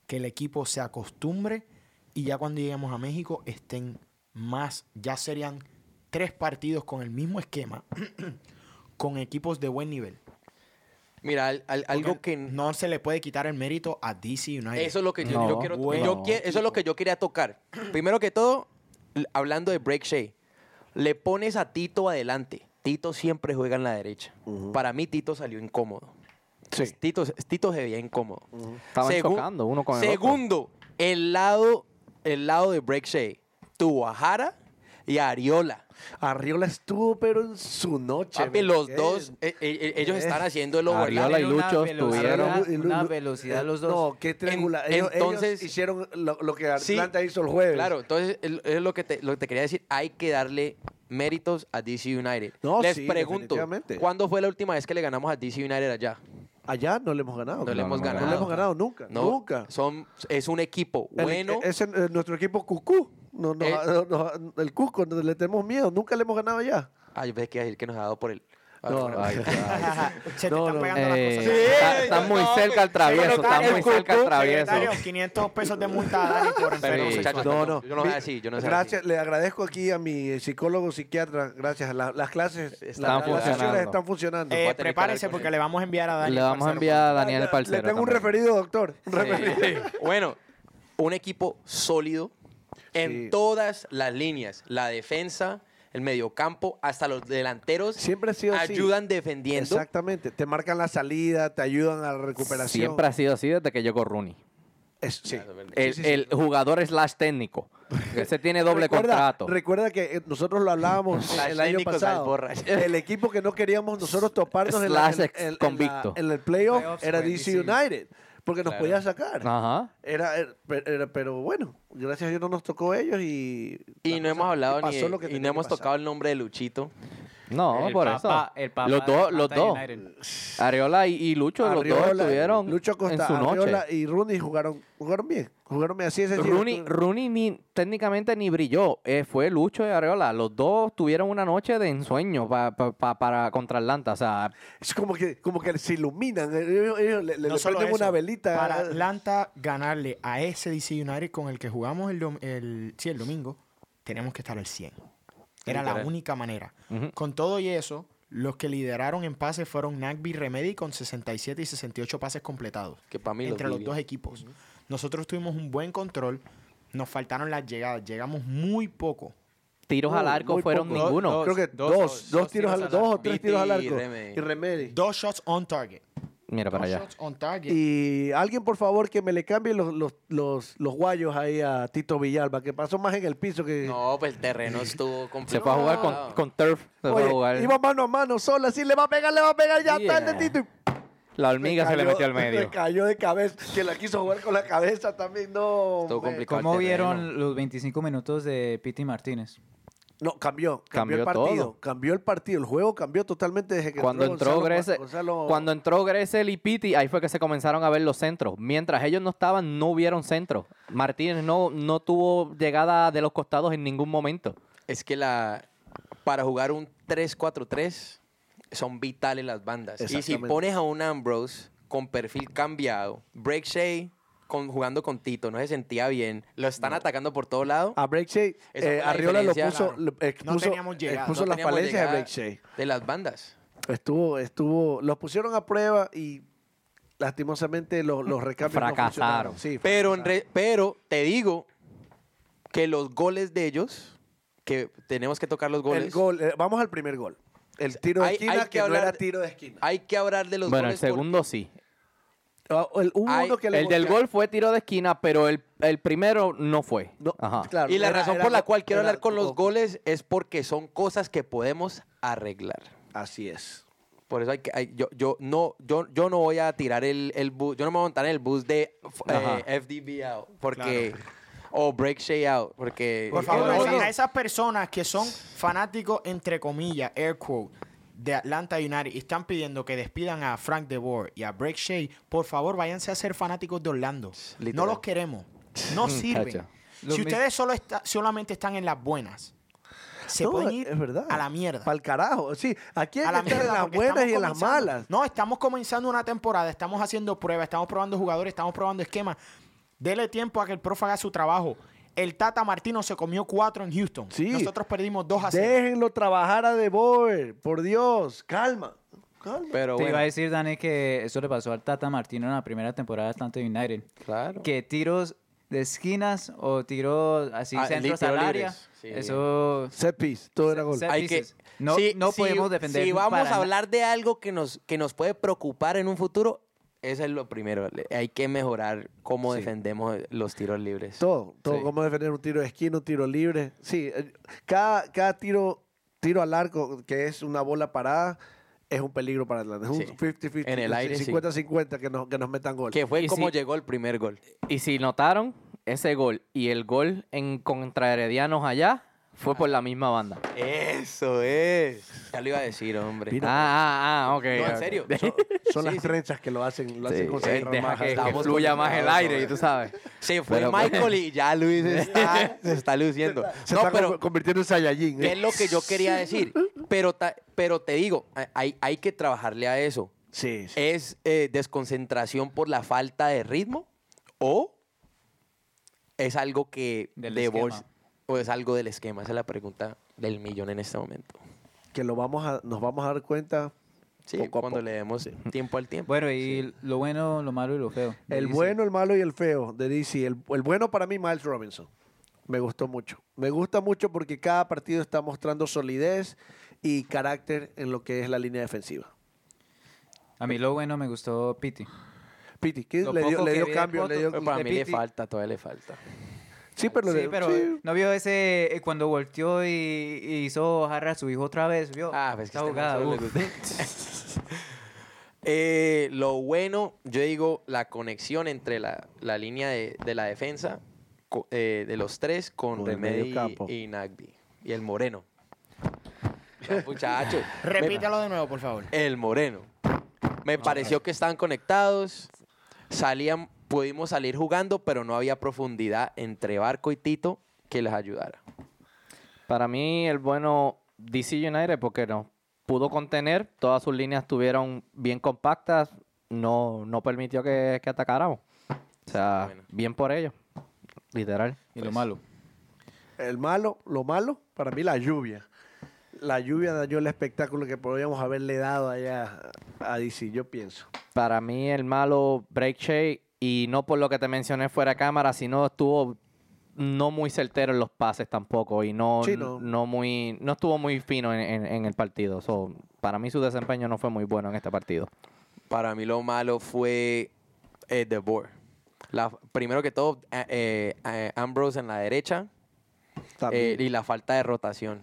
Que el equipo se acostumbre y ya cuando lleguemos a México estén más, ya serían tres partidos con el mismo esquema, con equipos de buen nivel. Mira, al- al- algo Porque que... no se le puede quitar el mérito a DC United. Eso es lo que yo, No, yo quiero. bueno. yo qui- eso es lo que yo quería tocar. [CLEARS THROAT] Primero que todo, l- hablando de Break Shea, le pones a Tito adelante. Tito siempre juega en la derecha. Para mí, Tito salió incómodo. Sí. Tito, Tito se veía incómodo. Estaban chocando uno con el otro. Segundo, el lado, el lado de Break Shea tuvo a Jara y a Ariola. Arriola estuvo, pero en su noche. Papi, ¿me los qué? dos, eh, eh, eh, ellos ¿Qué? están haciendo el Ariola overlap. y Una Lucho velocidad, estuvieron- Arriola y Lu- Una Lu- velocidad eh, los dos. No, qué triangular. ellos, ellos entonces- hicieron lo, lo que Sí, Atlanta hizo el jueves. Claro, entonces el- es lo que, te, lo que te quería decir. Hay que darle méritos a DC United. No, Les sí, pregunto, definitivamente. ¿cuándo fue la última vez que le ganamos a DC United allá? Allá no le hemos ganado. No, le claro. hemos no, ganado. No le hemos ganado nunca. No, Nunca. Son, es un equipo El- bueno. ese, eh, nuestro equipo Cucú. No, no, Eh. no, no, el Cusco, no, le tenemos miedo. Nunca le hemos ganado allá. Ay, yo pensé que iba a decir que nos ha dado por el... No, [LAUGHS] Ay, no. ay. Se te No, están no. pegando las Eh, [LAUGHS] cosas. está- está muy cerca el travieso, está muy cerca el travieso. Secretario, 500 pesos de multa a [LAUGHS] Dani Eh, por Pero, enfermo. Sí. muchachos, No, no, no. Yo no soy así, yo no soy Gracias, así. le agradezco aquí a mi psicólogo psiquiatra. Gracias, la- las clases, Están las- las sesiones funcionando. están funcionando. Eh, Voy a tener que prepárese hablar con porque él. le vamos a enviar a Dani. Le el vamos a parcero. enviar a Daniel el le Parcero. tengo un también. referido, doctor. Un referido. Sí. [LAUGHS] bueno, un equipo sólido en Sí. todas las líneas. La defensa, el mediocampo, hasta los delanteros Siempre ha sido así. ayudan defendiendo. Exactamente. Te marcan la salida, te ayudan a la recuperación. Siempre ha sido así desde que llegó Rooney. Es- sí. El, Sí, sí, sí. el jugador slash técnico. [LAUGHS] que Ese tiene doble Recuerda- contrato. Recuerda que eh, nosotros lo [LAUGHS] hablábamos Slash el año técnicos al pasado. borracho. [LAUGHS] El equipo que no queríamos nosotros toparnos en, la- en- Slash ex en- en la- convicto. en el playoff Playoffs, era güey, DC sí. United, porque nos Claro. podía sacar. Ajá. Era, era- era- pero bueno, gracias a Dios no nos tocó ellos y... Y la no cosa- hemos hablado ni pasó lo que y tenía no que hemos pasar. tocado el nombre de Luchito. No, El por papá- eso. el papá los de dos, los Atlanta dos. United. Arriola y, y Lucho, los dos Arriola, estuvieron Lucho Costa, en su noche. Arriola y Rooney jugaron, jugaron bien. Jugaron bien, así es. sencillo. Rooney, Rooney ni, técnicamente ni brilló. eh, fue Lucho y Areola. Los dos tuvieron una noche de ensueño pa- pa- pa- para contra Atlanta. O sea, Es como que, como que se iluminan. eh, Ellos, ellos le, le- No le solo prenden eso, una velita. eh. Para Atlanta ganarle a ese DC United con el que jugamos el, dom- el- sí, el domingo, tenemos que estar al 100. Era la Literal. única manera. Ujú. Con todo y eso, los que lideraron en pases fueron Nagby y Remedy con 67 y 68 pases completados Que para mí entre vi los bien. dos equipos. Nosotros tuvimos un buen control, nos faltaron las llegadas, llegamos muy poco. Tiros al Muy- arco muy fueron poco. ninguno. Dos, Creo que dos, dos, dos, dos tiros, tiros al, al dos o arco. tres Viti tiros al y arco. Remedy. Y Remedy. Dos shots on target. Mira para dos allá. shots on target. Y alguien, por favor, que me le cambie los, los, los, los guayos ahí a Tito Villalba, que pasó más en el piso que... No, pues [LAUGHS] el terreno estuvo complicado. Se fue a jugar con, con turf. Se fue a Oye, jugar. iba mano a mano, sola, así, le va a pegar, le va a pegar, ya Yeah. tarde, Tito. y La hormiga se le cayó- metió [LAUGHS] al Le medio. cayó de cabeza, que la quiso jugar con la cabeza también, no. Estuvo hombre. complicado. ¿Cómo el terreno. vieron los 25 minutos de Piti Martínez? No, cambió, cambió, el Cambió partido, todo. cambió el partido, el juego cambió totalmente desde que Cuando entró Gonzalo- Gressel, Gonzalo- cuando entró Gressel y Pitti, ahí fue que se comenzaron a ver los centros. Mientras ellos no estaban, no hubieron centros. Martínez no, no tuvo llegada de los costados en ningún momento. Es que la para jugar un 3-4-3 son vitales las bandas. Y si Exactamente. pones a un Ambrose con perfil cambiado, Break con, jugando con Tito, no se sentía bien, lo están atacando por todo lado. a Breakshake, Esa fue eh, la Arriola lo diferencia, puso, claro. lo expuso, teníamos llegada, expuso no las teníamos falencias de llegada Breakshake. de las bandas. Estuvo, estuvo, los pusieron a prueba y lastimosamente los, los recambios no Fracasaron. funcionaron. Sí, Pero, en fracasaron. re- pero te digo que los goles de ellos, que tenemos que tocar los goles, el gol, eh, vamos al primer gol. El tiro de Hay- esquina hay que, que no hablar era de- tiro de esquina. hay que hablar de los bueno, el goles. porque- segundo sí. Ah, el, hubo hay- uno que le El del golpearon. gol fue tiro de esquina, pero el, el primero no fue. No, Ajá. claro, y la era- razón era por la go- cual quiero era hablar con los go- goles es porque son cosas que podemos arreglar. Así es. Por eso hay que, hay- yo, yo, no, yo, yo no voy a tirar el, el bus, yo no me voy a montar en el bus de f- Ajá. eh, FDB out, porque, o Break Shea out, porque... Por eh, favor, no, a no. a esas personas que son fanáticos, entre comillas, air quote, de Atlanta United y están pidiendo que despidan a Frank DeBoer y a Break Shea, por favor, váyanse a ser fanáticos de Orlando. Literal. No los queremos. No sirven. Cacha. Los Si mis- ustedes solo está- solamente están en las buenas, se No, pueden ir es verdad. a la mierda. Para el carajo. Sí, aquí hay A que la estar en mierda, las porque buenas estamos y en las comenzando. malas. No, estamos comenzando una temporada, estamos haciendo pruebas, estamos probando jugadores, estamos probando esquemas. Dele tiempo a que el profe haga su trabajo. El Tata Martino se comió cuatro en Houston. Sí. Nosotros perdimos dos a cero. Déjenlo trabajar a De Boer. Por Dios, calma. Calma. Pero Te bueno, iba a decir, Dani, que eso le pasó al Tata Martino en la primera temporada de Atlanta United. claro. Que tiros de esquinas o tiros así Ah, centros li- al tiro área. libres. Sí. Eso... Set piece, todo era gol. Set- Hay que, dices, no- si- no si- podemos defender Si vamos para a na- hablar de algo que nos, que nos puede preocupar en un futuro, eso es lo primero. le- Hay que mejorar cómo defendemos los tiros libres. Todo, todo. Sí. Cómo defender un tiro de esquina, un tiro libre. Sí, eh, cada, cada tiro, tiro al arco, que es una bola parada, es un peligro para Atlanta. Es un Sí. 50-50. En el aire, sí. 50-50 que, nos, que nos metan gol. Que fue Y como si- llegó el primer gol. Y si notaron, ese gol y el gol en contra Heredianos allá fue por la misma banda. Eso es. Ya lo iba a decir, hombre. Ah, ah, ah, ok. no, en ok. serio. Sí, So- Son sí, las sí. trenzas que lo hacen, lo hacen eh, conseguir deja más. que, que Estamos fluya más el concentrados, aire, y tú sabes. Se fue Pero- Michael y ya Luis está, se está luciendo. Se no, está pero conv- convirtiendo en Saiyajin. ¿eh? es lo que yo quería decir. Pero, ta- pero te digo, hay, hay que trabajarle a eso. Sí, sí. ¿Es eh, desconcentración por la falta de ritmo o es algo que Del de esquema. Bols- o es algo del esquema? Esa es la pregunta del millón en este momento. que lo vamos a, nos vamos a dar cuenta Sí, Poco a cuando poco. le demos tiempo al tiempo. Bueno, y lo bueno, lo malo y lo feo. El Dice, bueno, el malo y el feo de DC. El, el bueno para mí, Miles Robinson. Me gustó mucho. Me gusta mucho porque cada partido está mostrando solidez y carácter en lo que es la línea defensiva. A mí lo bueno me gustó Piti. Piti, ¿qué? Lo le dio, poco le que dio vi de cambio. le foto, dio- Pero para de mí le Pitti. falta, todavía le falta. sí, pero, le- sí, pero sí. no vio ese eh, cuando volteó y, y hizo jarra a su hijo otra vez, vio. Ah, pues que Esa este man jugada, solo le uf. gusta. Eh, lo bueno, yo digo, la conexión entre la, la línea de, de la defensa co- eh, de los tres con Con el Remedy mediocampo. y, Nagby. Y el [LAUGHS] Moreno. Los Muchachos. me- Repítalo de nuevo, por favor. el Moreno. Me pareció que estaban conectados. Salían, pudimos salir jugando, pero no había profundidad entre Barco y Tito que les ayudara. Para mí, el bueno DC United, porque no pudo contener, todas sus líneas estuvieron bien compactas, no, no permitió que, que atacáramos. O sea, Bueno. bien por ello, literal. Y lo malo. El malo, lo malo, para mí la lluvia. La lluvia dañó el espectáculo que podríamos haberle dado allá a DC, yo pienso. Para mí el malo Break Shea, y no por lo que te mencioné fuera de cámara, sino estuvo no muy certero en los pases tampoco y no, Sí, no. no muy no estuvo muy fino en, en- en el partido. So, para mí su desempeño no fue muy bueno en este partido. Para mí lo malo fue eh, The Board. La, primero que todo, a- eh, eh, Ambrose en la derecha eh, También. y la falta de rotación.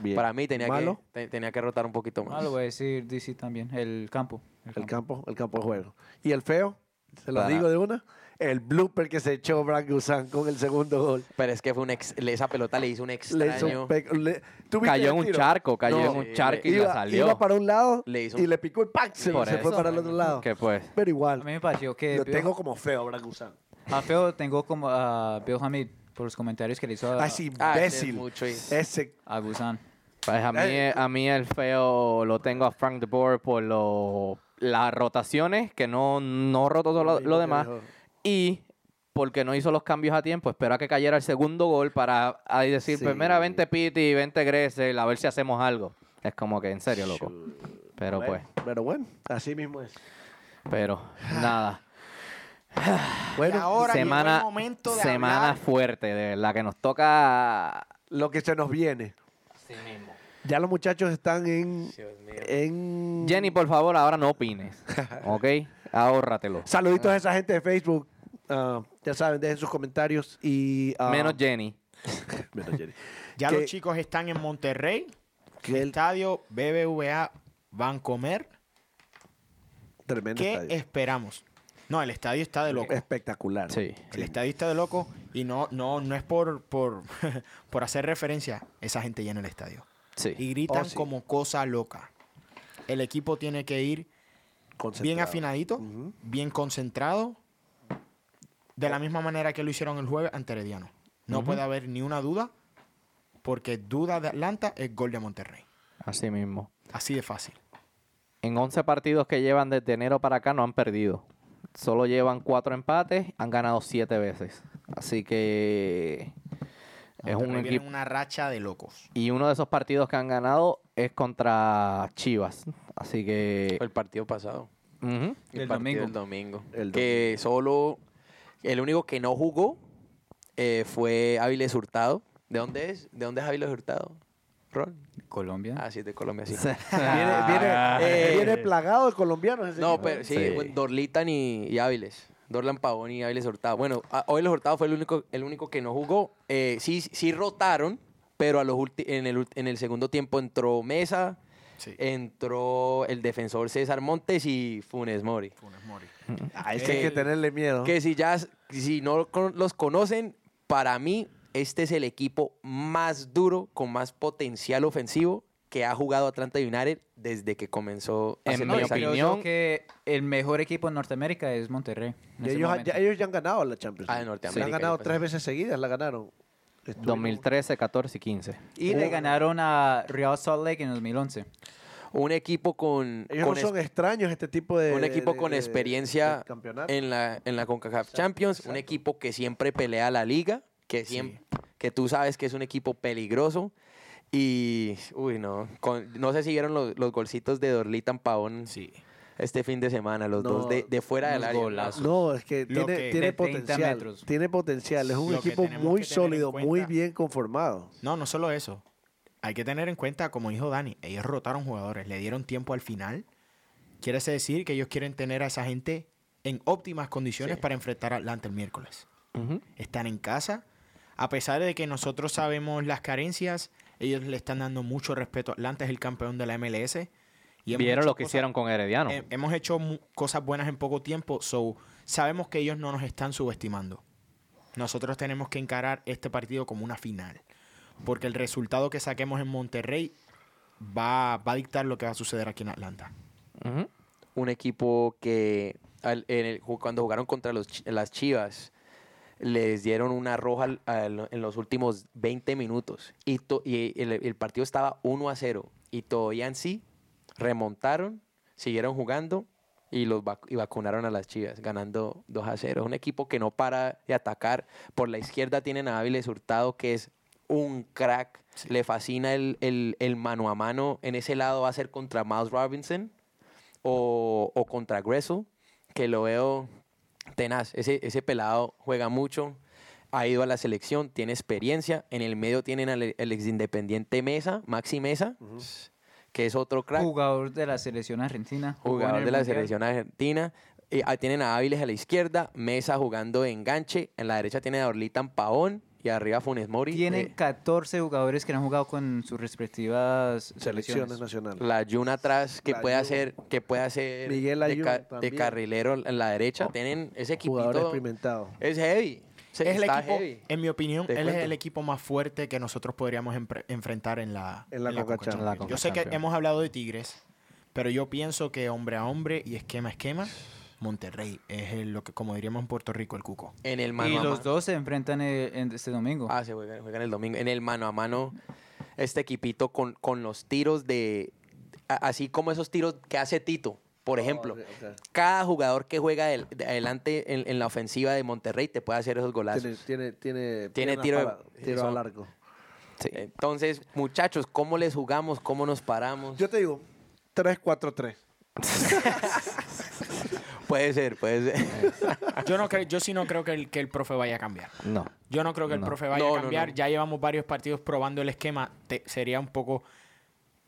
Bien. Para mí tenía Malo, que te- tenía que rotar un poquito más. Ah, lo voy a decir DC también, el campo. el campo, el campo de juego. Y el feo, se lo Para- digo de una, el blooper que se echó Brad Guzan con el segundo gol. Pero es que fue un ex- le- esa pelota le hizo un Le hizo un extraño. pe- le- ¿Tú viste Cayó en el un tiro? charco, cayó No, en sí, un charco y iba, la salió. iba para un lado Le hizo un- y le picó el pack, se, Por se fue eso. para el otro lado. Que pues Pero A igual, mí me pareció que lo Bill- tengo como feo Brad Guzan. a feo tengo como a Bill Hamid por los comentarios que le hizo a, Ah, sí, Ah, ese es imbécil. Eh. mucho, y- Ese a Guzán. Pues a mí, Eh, a mí el feo lo tengo a Frank de Boer por lo, las rotaciones, que no, no roto todo lo, mismo lo que demás, dijo. y porque no hizo los cambios a tiempo. Espera que cayera el segundo gol para ahí decir, pues mira, Sí. vente Piti, vente Gressel, a ver si hacemos algo. Es como que en serio, loco. Pero pues, Bueno, Pero bueno, así mismo es. pero [LAUGHS] nada. Bueno, y ahora llegó semana el momento de semana hablar. fuerte. fuerte, de la que nos toca... lo que se nos viene. Ya los muchachos están en. en... Jenny, por favor, ahora no [LAUGHS] opines, ¿ok? Ahórratelo. Saluditos a esa gente de Facebook. Ah, ya saben, dejen sus comentarios y. ah, Menos Jenny. [LAUGHS] menos Jenny. Ya Que- los chicos están en Monterrey. Que el- Estadio BBVA van a comer. tremendo ¿Qué estadio. esperamos? No, el estadio está de loco. Espectacular. Sí. El estadio está de loco y no, no, no es por, por, [LAUGHS] por hacer referencia. Esa gente llena el estadio. Sí. Y gritan Oh, sí. como cosa loca. El equipo tiene que ir bien Concentrado. afinadito, Ujú. bien concentrado, de la misma manera que lo hicieron el jueves ante Herediano. No puede haber ni una duda, porque duda de Atlanta es gol de Monterrey. Así mismo. Así de fácil. En 11 partidos que llevan desde enero para acá no han perdido. Solo llevan 4 empates, han ganado 7 veces. Así que es Monterrey un viene en equipo. una racha de locos. Y uno de esos partidos que han ganado es contra Chivas. Así que... El partido pasado. ujú. El partido Del domingo. del domingo. El Que solo. El único que no jugó eh, fue Áviles Hurtado. ¿De dónde es? ¿De dónde es Áviles Hurtado? Ron. Colombia. Ah, sí, es de Colombia, sí. [LAUGHS] Viene, viene- eh. viene plagado de colombianos. ese No, equipo. pero sí, Sí. bueno, Dorlitan y, y Áviles. Dorlan Pavón y Áviles Hurtado. Bueno, a- Áviles Hurtado fue el único, el único que no jugó. Eh, sí, sí rotaron, pero a los ulti- en, el, ulti- en el segundo tiempo entró Mesa, Sí. Eh, entró el defensor César Montes y Funes Mori. Funes Mori. Ah, es que hay eh, que tenerle miedo. Que si ya, s- si no con- los conocen, para mí este es el equipo más duro, con más potencial ofensivo que ha jugado Atlanta United desde que comenzó. En Ah, hace mi No, tres yo años. creo opinión- yo que el mejor equipo en Norteamérica es Monterrey. en Ya este ellos, momento. ya, ellos ya han ganado la Champions. Ah, League. en la han Norteamérica, ganado yo tres pensé. veces seguidas, la ganaron. Estuvimos- 2013, 14 y 15. Y le ganaron a Real Salt Lake en 2011. Un equipo con, Ellos con no son extraños este tipo de. un equipo de- con de- experiencia de campeonato. en la, en la CONCACAF Champions, un equipo que siempre pelea la liga, que, siempre, que tú sabes que es un equipo peligroso. Y, uy, no, con- no sé si vieron los, los golcitos de Dorlitan Pavón Sí. este fin de semana, los No, dos de, de fuera del unos área. golazos. No, es que Lo tiene, que- tiene de 30 potencial. metros. Tiene potencial. Es un Lo que equipo tenemos muy que tener en sólido, muy cuenta- bien conformado. No, no solo eso. Hay que tener en cuenta, como dijo Dani, ellos rotaron jugadores, le dieron tiempo al final. Quiere eso decir que ellos quieren tener a esa gente en óptimas condiciones para enfrentar a Atlanta el miércoles. Ujú. Están en casa. A pesar de que nosotros sabemos las carencias, ellos le están dando mucho respeto. Atlanta es el campeón de la MLS. Y hemos Vieron hecho lo cosas- que Eh. hicieron con Ah, Herediano. he- hemos hecho mu- cosas buenas en poco tiempo, so sabemos que ellos no nos están subestimando. Nosotros tenemos que encarar este partido como una final, porque el resultado que saquemos en Monterrey va, va a dictar lo que va a suceder aquí en Atlanta. Ujú. un equipo que al- en el- ju- cuando jugaron contra los chi- las Chivas les dieron una roja al- al- en los últimos 20 minutos y, to- y el, el partido estaba 1 a 0 y todavía en sí remontaron, siguieron jugando y los vac- y vacunaron a las Chivas ganando 2 a 0. Es un equipo que no para de atacar. Por la izquierda tienen a Áviles Hurtado que es un crack. Le fascina el, el- el mano a mano. En ese lado va a ser contra Miles Robinson o, o contra Gressel, que lo veo tenaz. Ese, ese pelado juega mucho, ha ido a la selección, tiene experiencia. En el medio tienen al, el ex independiente Mesa, Maxi Mesa, que es otro crack Jugador de la selección argentina. jugó en jugador el de la Mundial. selección argentina. Y, ah, tienen a Áviles a la izquierda, Mesa jugando de enganche, en la derecha tienen a Orlitan Pavón y arriba Funes Mori. Tienen Eh, 14 jugadores que han jugado con sus respectivas Selecciones selecciones. nacionales. la Jun atrás que La puede Jun. hacer que puede hacer Miguel de, Ayun de también. Oh, carrilero en la derecha. Tienen ese Jugador equipito experimentado. es heavy. Se- es el está equipo, heavy. en mi opinión, Te él es cuento. el equipo más fuerte que nosotros podríamos empre- enfrentar en la, En la Conca Conca Champions. Yo sé que hemos hablado de Tigres, pero yo pienso que hombre a hombre y esquema a esquema, Monterrey es el- lo que, como diríamos en Puerto Rico, el cuco. En el mano Y a los mano. dos se enfrentan eh, en este domingo. Ah, se juegan, juegan el domingo. En el mano a mano, este equipito con, con los tiros de. a- así como esos tiros que hace Tito, por ejemplo. ok. Cada jugador que juega del- de adelante en, en la ofensiva de Monterrey te puede hacer esos golazos. Tiene, tiene, tiene, Tiene piernas tiro de- para- tiro son- al arco. Entonces, muchachos, ¿cómo les jugamos? ¿Cómo nos paramos? Yo te digo, 3-4-3. Puede ser, [LAUGHS] puede ser. Yo, no creo, yo sí no creo que el, que el profe vaya a cambiar. No. Yo no creo que el No. profe vaya No, a no, cambiar. no. Ya llevamos varios partidos probando el esquema. Te- sería un poco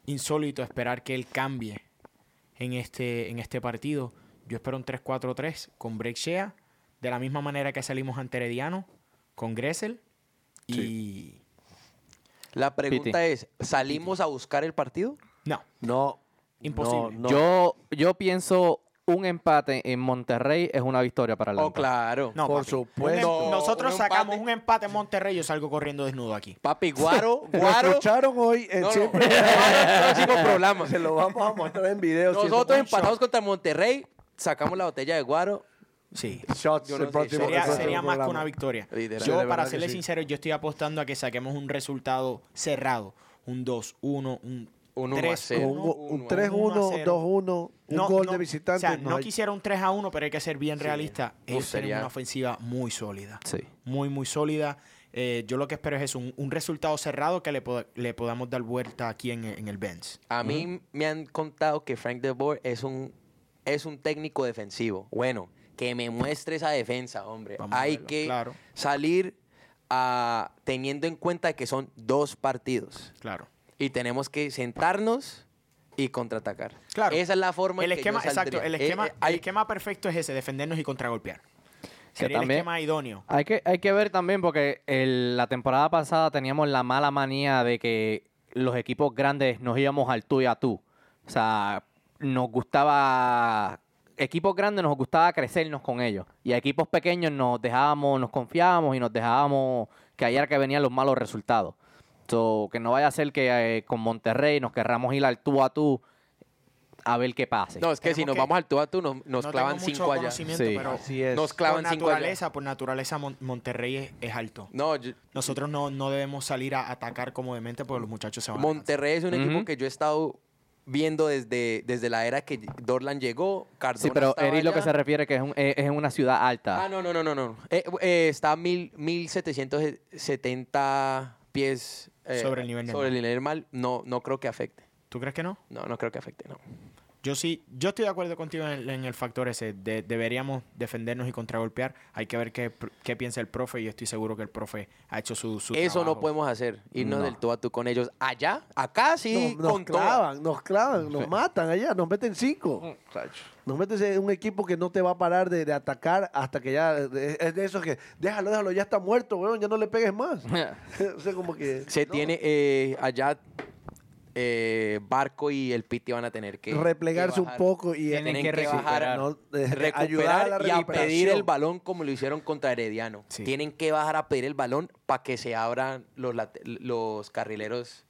insólito esperar que él cambie en este, en este partido. Yo espero un 3-4-3 con Break Shea, de la misma manera que salimos ante Herediano, con Gressel. Y La pregunta Piti. es: ¿salimos a buscar el partido? no, No. Imposible. no, no. Yo, yo pienso un empate en Monterrey es una victoria para el Oh, Atlas. claro. no. Por papi. supuesto. Un em- nosotros Un empate. sacamos un empate en Monterrey, yo salgo corriendo desnudo aquí. Papi, Guaro, [LAUGHS] Lo Guaro. escucharon hoy en No, no, siempre. Guaro, [LAUGHS] próximo programa. Se lo vamos a mostrar en video. Nosotros siempre. empatamos contra Monterrey, sacamos la botella de Guaro. Sí. Shots Yo el no sé, próximo- Sería- el Sería, próximo sería más que programa. una victoria. Literal. De Yo, verdad para que serle sí. sincero, yo estoy apostando a que saquemos un resultado cerrado. Un 2-1, un, Un 3-1. 1-0. Un, go- un Uno, 3-1, uno a cero. 2-1, un No, gol no, de visitante. O sea, nos no ay- quisiera un 3 a 1, pero hay que ser bien realista. Uf, Ellos tienen sería- una ofensiva muy sólida. Sí. Muy, muy sólida. Eh, yo lo que espero es eso, un, un resultado cerrado que le, poda- le podamos dar vuelta aquí en, en el Benz. A mí me han contado que Frank De Boer es un, es un técnico defensivo. Bueno, que me muestre esa defensa, hombre. Vamos a Hay verlo, que claro. salir a- teniendo en cuenta que son dos partidos Claro. y tenemos que sentarnos y contraatacar. Claro. Esa es la forma El en que esquema, yo saldría. exacto, el Eh, esquema, eh, hay- el esquema perfecto es ese, defendernos y contragolpear. Sería también- el esquema idóneo. Hay que, hay que ver también porque el- la temporada pasada teníamos la mala manía de que los equipos grandes nos íbamos al tú y a tú. O sea, nos gustaba... Equipos grandes nos gustaba crecernos con ellos. Y a equipos pequeños nos dejábamos, nos confiábamos y nos dejábamos que ayer que venían los malos resultados. So, que no vaya a ser que eh, con Monterrey nos querramos ir al tú a tú a ver qué pase. No, es que si nos Tenemos que- vamos al tú a tú, nos, nos No clavan tengo mucho cinco allá. conocimiento, Sí. pero Así es. Nos por clavan cinco allá. naturaleza, por naturaleza Mon- Monterrey es, es alto. No, yo- Nosotros no, no debemos salir a atacar cómodamente porque los muchachos se van. a Monterrey es un equipo Ujú. que yo he estado viendo desde, desde la era que Dorlan llegó. Cardona sí, pero estaba Eri lo que allá. se refiere que es, un- eh, es una ciudad alta. Ah, no, no, no, no, no. Eh, eh, está a mil, 1770 pies eh, Sobre el nivel normal. sobre el nivel normal. No, no creo que afecte. cansar. ¿Tú crees que no? No, no creo que afecte, no. Yo sí, yo estoy de acuerdo contigo en, el- en el factor ese. de- deberíamos defendernos y contragolpear. Hay que ver qué, pr- qué piensa el profe y yo estoy seguro que el profe ha hecho su, su Eso no trabajo. podemos hacer. Irnos No. del tú a tú con ellos. Allá, acá sí, nos, nos con todo. Mm. clavan, nos clavan, nos matan allá, nos meten cinco. [LAUGHS] Nos meten en un equipo que no te va a parar de, de atacar hasta que ya. de- Es de esos que, déjalo, déjalo, ya está muerto, weón, ya no le pegues más. [LAUGHS] o sea, como que. Se tiene eh, allá eh, Barco y el Piti van a tener que replegarse que un poco. poco y eh, Tienen Tienen que que, bajar, recuperar. no, eh, recuperar ayudar a la y a pedir el recuperación. balón como lo hicieron contra Herediano. Sí. Tienen que bajar a pedir el balón para que se abran los, late- los carrileros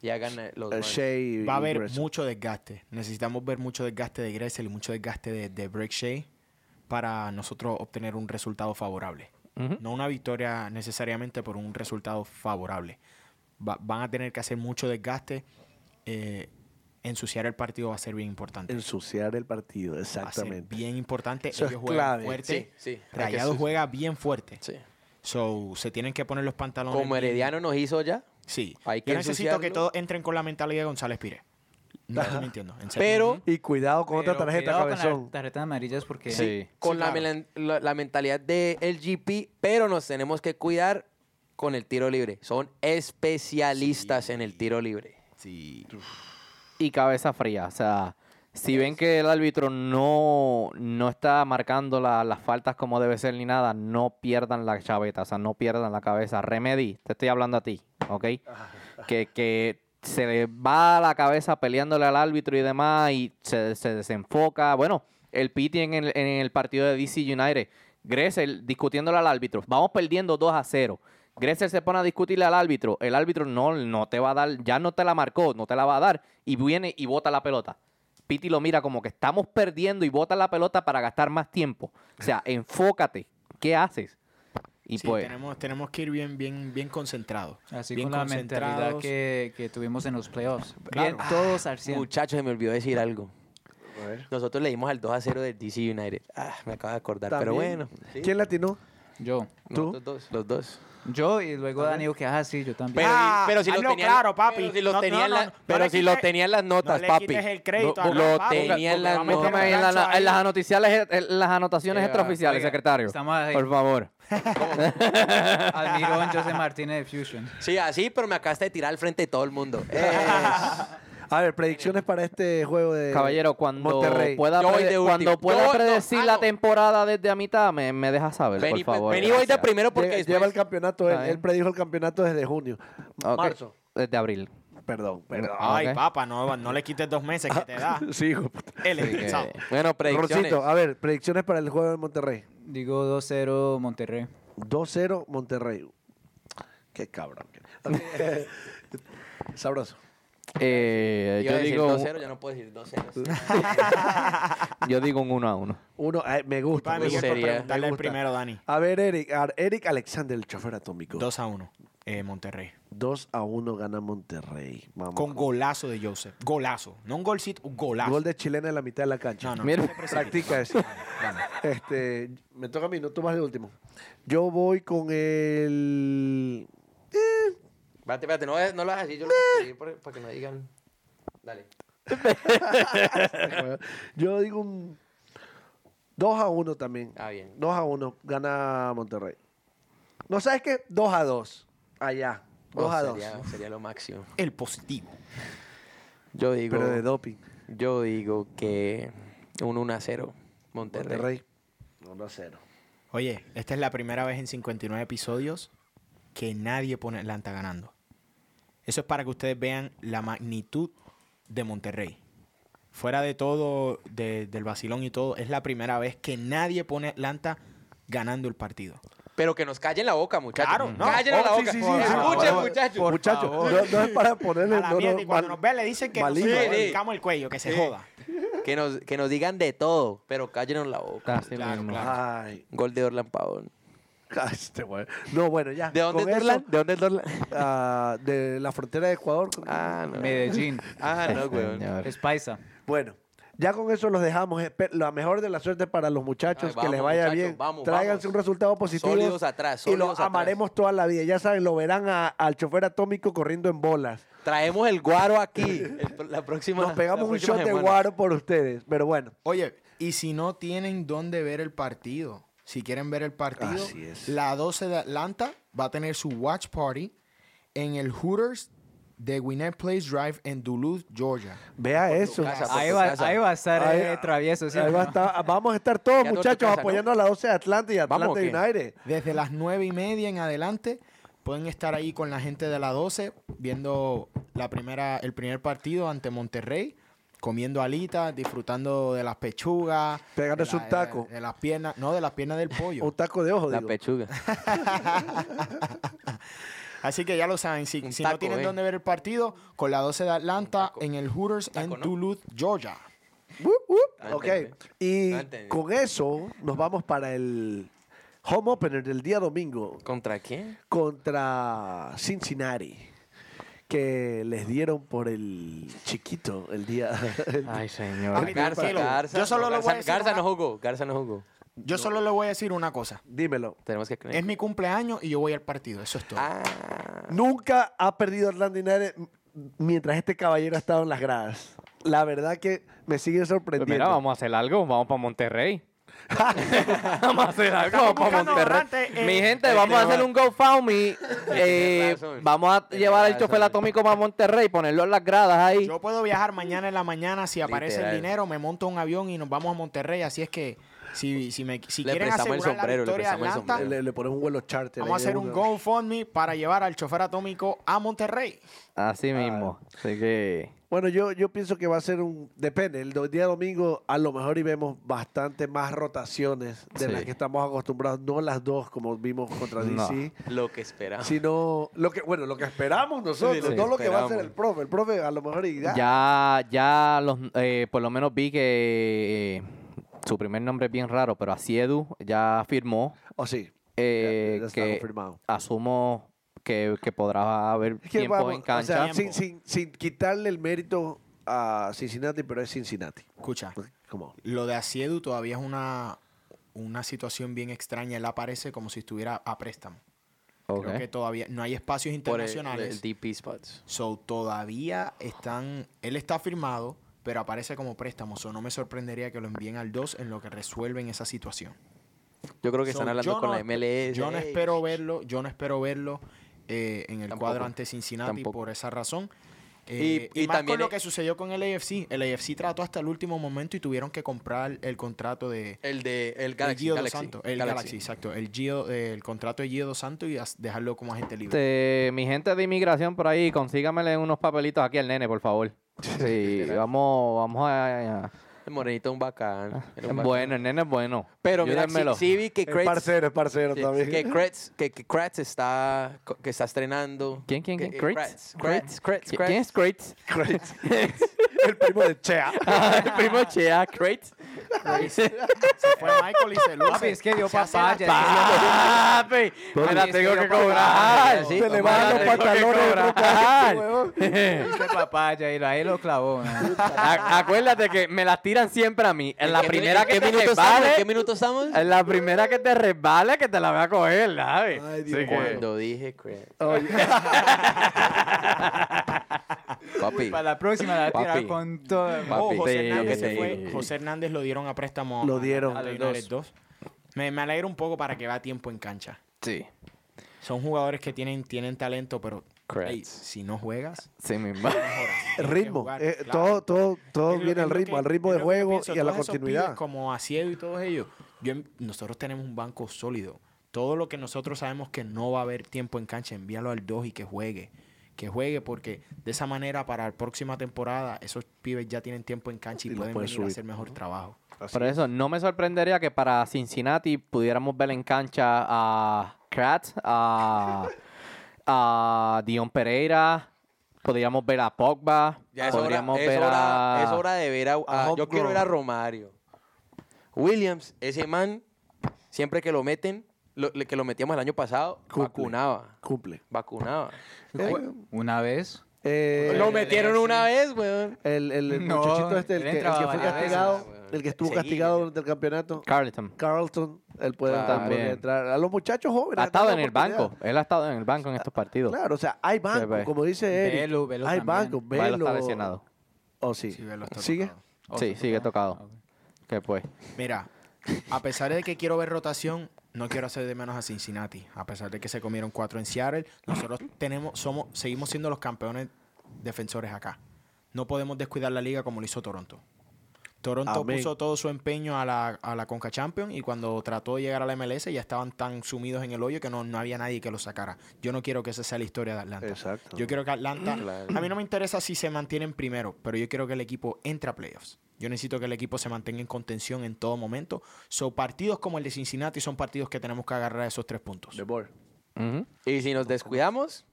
y hagan eh, los Eh, goles. Shea y- Va a y haber Gressel. mucho desgaste. Necesitamos ver mucho desgaste de Gressel y mucho desgaste de, de Break Shea para nosotros obtener un resultado favorable. Ujú. No una victoria necesariamente, pero un resultado favorable. Va- van a tener que hacer mucho desgaste. eh, ensuciar el partido va a ser bien importante. Ensuciar el partido, Va a ser exactamente. bien importante. Eso es Ellos juegan claro fuerte. Sí, sí. Hay que Rayado sus- juega bien fuerte. Sí. So, se tienen que poner los pantalones. Como bien- Herediano nos hizo ya. Sí. Hay que Yo necesito que ensuciarlo. todos entren con la mentalidad de González Pires. [LAUGHS] No estoy mintiendo. en serio. Pero Y cuidado con otra Pero tarjeta, cuidado con las cabezón. tarjetas amarillas porque Sí. con Sí, la, claro. melan- la, la mentalidad de LGP, pero nos tenemos que cuidar con el tiro libre. Son especialistas en el tiro libre. Sí. y cabeza fría. O sea, si ven que el árbitro no, no está marcando la- las faltas como debe ser ni nada, no pierdan la chaveta, o sea, no pierdan la cabeza. Remedy, te estoy hablando a ti, ¿ok? Que, que se le va la cabeza peleándole al árbitro y demás y se, se desenfoca. Bueno, el Piti en el, en el partido de DC United, Gressel discutiéndole al árbitro, vamos perdiendo 2 a 0. Gressel se pone a discutirle al árbitro, el árbitro no, no te va a dar, ya no te la marcó, no te la va a dar, y viene y bota la pelota. Piti lo mira como que estamos perdiendo y bota la pelota para gastar más tiempo. O sea, enfócate, ¿qué haces? Y Sí, pues, tenemos, tenemos que ir bien, bien, bien concentrados. así bien con la mentalidad concentrados. que, que tuvimos en los playoffs. Claro. Bien, todos al 100. Muchachos, se me olvidó decir algo. A ver. Nosotros le dimos al 2 a 0 del DC United. Ah, me acabo de acordar, pero También. bueno. ¿Quién latinó? Yo. ¿Tú? Nosotros dos, los dos. Yo y luego Dani que ah, sí, yo también. Pero, Ah, pero si lo hazlo tenían, claro, papi. Pero si lo No, no, tenían, no, la- no le pero si lo quites- tenían las notas, no le papi. quites el crédito a lo Gran lo Papi. tenían Porque las vamos notas. a meter póngame en, la- gancho ahí. en las, noticiales- en las anotaciones Oiga, extraoficiales, oiga, secretario. estamos ahí. Por favor. [LAUGHS] Admiró en José Martínez de Fusion. Sí, así, pero me acabaste de tirar al frente de todo el mundo. Eh, [LAUGHS] A ver, predicciones para este juego de Caballero, cuando Monterrey. pueda, Yo voy prede- de último. cuando pueda Yo- no, predecir ah, la no. temporada desde a mitad, me, me deja saber, vení, pues, por favor. vení voy de gracias. primero porque Lle- después- lleva el campeonato, él, Está bien. él predijo el campeonato desde junio. Ok, Marzo. Desde abril. Perdón, perdón. Ay, Ok. papá, no, no le quites dos meses que te da [LAUGHS] Sí, hijo. el Así que- estresado. Eh, bueno, predicciones. Rosito, a ver, predicciones para el juego de Monterrey. Digo 2-0 Monterrey. 2-0 Monterrey. Qué cabrón. [LAUGHS] Sabroso. Eh, Iba a yo, decir digo, 2-0, ya no puedo decir [LAUGHS] 2-0. yo digo un uno [LAUGHS] a uno. Uno, eh, me gusta. Para Me Miguel gusta. por Sería- Me preguntarle el gusta. primero, Dani. A ver, Eric, a- Eric Alexander, el chofer atómico. 2 a 1, eh, Monterrey. 2 a 1 gana Monterrey. Vamos. Con golazo de Joseph. Golazo. No un golcito, un golazo. Gol de chilena en la mitad de la cancha. No, no, Mira. no se precipite. Practica eso. Este, me toca a mí, no tú vas de último. Yo voy con el. Espérate, espérate, no, es- no lo hagas así, yo lo voy a escribir por- para que no digan. Dale. Yo digo un 2 a 1 también. Ah, bien. 2 a 1 gana Monterrey. No sabes qué? 2 a 2. Allá. 2 Oh, a 2. sería, sería lo máximo. El positivo. Yo digo, Pero de doping. yo digo que un 1 0 Monterrey. Monterrey. 1 a 0. Oye, esta es la primera vez en 59 episodios que nadie pone Atlanta ganando. Eso es para que ustedes vean la magnitud de Monterrey. Fuera de todo, de- del vacilón y todo, es la primera vez que nadie pone Atlanta ganando el partido. Pero que nos callen la boca, muchachos. Claro, no. Callen la Oh, sí, boca. sí, sí, Escuchen, sí, por muchachos. favor. Muchachos, no, no es para ponerle. A la no, no, mierda, y cuando mal- nos vean le dicen que maligno. nosotros Sí, sí. le picamos el cuello, que se Sí. joda. Que nos, que nos digan de todo, pero cállenos la boca. Casi Claro, mismo. claro. Ay, Gol de Orlan Pavón. este güey. No, bueno, ya. ¿De dónde Con es eso, Orlan? ¿De dónde es Orlan? ah, de la frontera de Ecuador. creo que- Ah, no. Medellín. Ah, no, weón. Señor. Es paisa. Bueno, ya con eso los dejamos. Espe- La mejor de la suerte para los muchachos, Ay, que les vamos, vaya muchachos, bien. vamos, Tráiganse un vamos. resultado positivo. Sólidos atrás, y sólidos los atrás. amaremos toda la vida. Ya saben, lo verán a- al chofer atómico corriendo en bolas. Traemos el guaro [LAUGHS] aquí. el- la próxima. Nos la pegamos un próxima shot de semana. guaro por ustedes. Pero bueno, Oye, y si no tienen dónde ver el partido, si quieren ver el partido, Así es. la 12 de Atlanta va a tener su watch party en el Hooters de Gwinnett Place Drive en Duluth, Georgia. vea eso. casa, por Ahí tu va, casa. ahí va a estar Ah, pues, Ahí- eh, travieso, ¿sí? Ahí va a estar- vamos a estar todos, Ya no es tu muchachos, casa, ¿no? apoyando a la 12 de Atlanta y Atlanta ¿Vamos o qué? United. Desde las 9 y media en adelante pueden estar ahí con la gente de la 12 viendo la primera, el primer partido ante Monterrey, comiendo alitas, disfrutando de las pechugas. Pegándose de un taco. De, de las piernas, no, de las piernas del [LAUGHS] pollo. Un taco de ojo, La digo. pechuga. Así que ya lo saben, si, Un si taco, no tienen eh. dónde ver el partido, con la 12 de Atlanta en el Hooters en taco, ¿no? Duluth, Georgia. Wup, wup. No Ok, entendí. y No entendí. con eso nos vamos para el home opener del día domingo. ¿Contra quién? contra Cincinnati que les dieron por el chiquito el día [LAUGHS] Ay, señor. Ay, Garza, tranquilo. Garza. Yo solo no, Ah, lo Garza, voy a decir Garza una- no jugó. Garza no jugó. Yo solo le voy a decir una cosa. Dímelo. Tenemos que... Es mi cumpleaños y yo voy al partido. Eso es todo. Ah. Nunca ha perdido Atlanta United m- mientras este caballero ha estado en las gradas. La verdad que me sigue Pues sorprendiendo. mira, vamos a hacer algo, vamos para [LAUGHS] Monterrey. vamos a hacer algo Estamos para buscando Monterrey. donantes, eh. Este Mi gente, Ahí vamos a te hacer va. [LAUGHS] un GoFundMe. eh, razón. vamos a Tenés llevar al razón. chofer atómico para Monterrey, ponerlo en las gradas ahí. Yo puedo viajar mañana en la mañana si aparece Literal. el dinero, me monto un avión y nos vamos a Monterrey. Así es que si, si, me, si Le quieren prestamos el asegurar sombrero, la le victoria de prestamos el Atlanta, Le, sombrero. le pones un vuelo charter. vamos a ahí hacer de un una. GoFundMe para llevar al chofer atómico a Monterrey. Así mismo. Así que. Bueno, yo, yo pienso que va a ser un... Depende, el do- día domingo a lo mejor y vemos bastante más rotaciones de Sí. las que estamos acostumbrados. No las dos como vimos contra No. DC, Lo que esperaba. sino lo que, bueno, lo que esperamos nosotros, Ah. Sí, lo no que lo que va a hacer esperamos. el profe. El profe a lo mejor y ya. Ya, ya los, eh, por lo menos vi que eh, su primer nombre es bien raro, pero Asiedu ya firmó O sí, eh, ya- ya está que confirmado. asumo que, que podrá haber Es que tiempo vamos, en o sea, cancha. sin, sin- sin quitarle el mérito a Cincinnati, pero es Cincinnati. Escucha, Ah, Como, lo de Asiedu todavía es una, una situación bien extraña. Él aparece como si estuviera a préstamo. Ok. Creo que todavía no hay espacios Por el, internacionales. el DP spots. So, todavía están. Él está firmado, pero aparece como préstamo. So, no me sorprendería que lo envíen al 2 en lo que resuelven esa situación. Yo creo que So, están hablando yo con no- la MLS. Yo no Ey. espero verlo, yo no espero verlo eh, en el Tampoco. cuadro ante Cincinnati Tampoco. por esa razón. Eh, Y- y, y más también con lo e- que sucedió con el AFC. El AFC trató hasta el último momento y tuvieron que comprar el contrato de El de el el Galaxy. Gio dos Galaxy, Santos. El Galaxy, exacto. El, Gio, eh, el contrato de Gio dos Santos y as- dejarlo como agente libre. Este, mi gente de inmigración por ahí, consígamele unos papelitos aquí al nene, por favor. Sí, vamos, vamos a... a- El morenito un bacán. era un bacán. Bueno, el nene es bueno. Pero mira, sí, Ayúdenmelo. sí vi que es Kretz, parcero, es parcero sí, también. [LAUGHS] que Kretz, que, que Kretz está, co- que está estrenando. ¿Quién, quién, que- quién? eh, ¿Crates? Kretz, Kretz, Kretz, ¿Qui- ¿Quién es Crates? el primo de [LAUGHS] Chea. Ah, el primo Chea, Crates. [LAUGHS] Se fue Michael y se luce. Papi, es que dio Se hace papaya. la- ¡Papi! Me la Papi, tengo es que que yo cobrar. pago, sí, Te le van los Me la tengo pantalones. que [LAUGHS] cobrar. otro cacho, Papi, es que papaya y ahí lo clavó. man. A- Acuérdate que me las tiran siempre a mí. En la ¿Qué- primera en que qué te minuto estamos? ¿En qué resbale, minuto estamos? en la primera que te resbale, que te la voy a coger, ¿sabes? Ay, Así Dios. que- Cuando dije Kretz. Oye, [LAUGHS] Papi. Para la próxima la va a tirar Papi. con todo. Papi. Oh, José Sí, Hernández se sí. fue. José Hernández lo dieron a préstamo. Lo a- dieron. a A los United dos. Me, me alegro un poco para que va a tiempo en cancha. Sí. Son jugadores que tienen, tienen talento, pero Correct. ey, si no juegas, Sí mismo. el tienes que ritmo. jugar, eh, claro. Todo, todo, todo Es lo- viene es al lo ritmo, que- al ritmo es de lo que juego pienso, y a la todos esos continuidad. pibes Como Asiedo y todos ellos, yo en- nosotros tenemos un banco sólido. Todo lo que nosotros sabemos que no va a haber tiempo en cancha, envíalo al 2 y que juegue. Que juegue porque de esa manera para la próxima temporada esos pibes ya tienen tiempo en cancha y, Y lo pueden puedes venir a subir. hacer mejor trabajo. [LAUGHS] Por eso, no me sorprendería que para Cincinnati pudiéramos ver en cancha a Kratz, a, a Dion Pereira, podríamos ver a Pogba, Ya es hora, podríamos es, ver hora, a... es hora de ver a... a- yo quiero ver a Romario. Williams, ese man, siempre que lo meten, lo- le- que lo metíamos el año pasado, Cumple. vacunaba. Cumple. Vacunaba. Una vez. Eh, lo el metieron LSI. una vez, weón. el, el- el No, muchachito este, el él que, el que entraba fue varias veces. castigado, el que estuvo Seguido. castigado durante el campeonato, Carleton. Carlton, él puede Claro. también También. entrar. A los muchachos jóvenes. Ha estado darle Ah, en el oportunidad. banco. Él ha estado en el banco en estos partidos. Claro, o sea, hay banco, ve. como dice Eric. Velo, Velo hay también. banco, Bueno, velo. está lesionado. Oh, sí. Sí, Velo está ¿Sigue? tocado. Sí, sigue tocado. Ok. Que pues. Mira, a pesar de que quiero ver rotación, no quiero hacer de menos a Cincinnati. A pesar de que se comieron cuatro en Seattle, nosotros tenemos, somos, seguimos siendo los campeones defensores acá. No podemos descuidar la liga como lo hizo Toronto. Toronto Amén. puso todo su empeño a la, a la Conca Champions y cuando trató de llegar a la MLS ya estaban tan sumidos en el hoyo que no, no había nadie que los sacara. Yo no quiero que esa sea la historia de Atlanta. Exacto. Yo quiero que Atlanta. Claro. A mí no me interesa si se mantienen primero, pero yo quiero que el equipo entre a playoffs. Yo necesito que el equipo se mantenga en contención en todo momento. Son partidos como el de Cincinnati son partidos que tenemos que agarrar esos tres puntos. The ball. ujú. Y si nos descuidamos,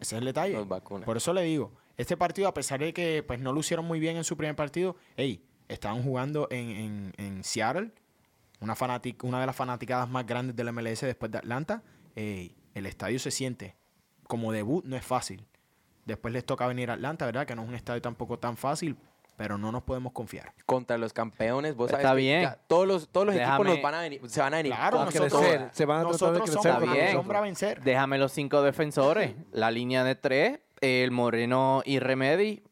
Ese es el detalle. Nos vacuna. Por eso le digo, este partido, a pesar de que pues, no lucieron muy bien en su primer partido, hey, estaban jugando en, en- en Seattle, una, fanatic- una de las fanaticadas más grandes del MLS después de Atlanta. Ey, el estadio se siente. Como debut no es fácil. Después les toca venir a Atlanta, ¿verdad? Que no es un estadio tampoco tan fácil. pero no nos podemos confiar. Contra los campeones, vos sabes Está que bien. ya todos los, todos los equipos Déjame- nos van a venir, se van a venir. Claro, con- nosotros- nosotros, crecer, se van a tratar de nosotros crecer somos con la nosotros. sombra a vencer. Déjame los cinco defensores. La línea de tres, el Moreno y Remedy.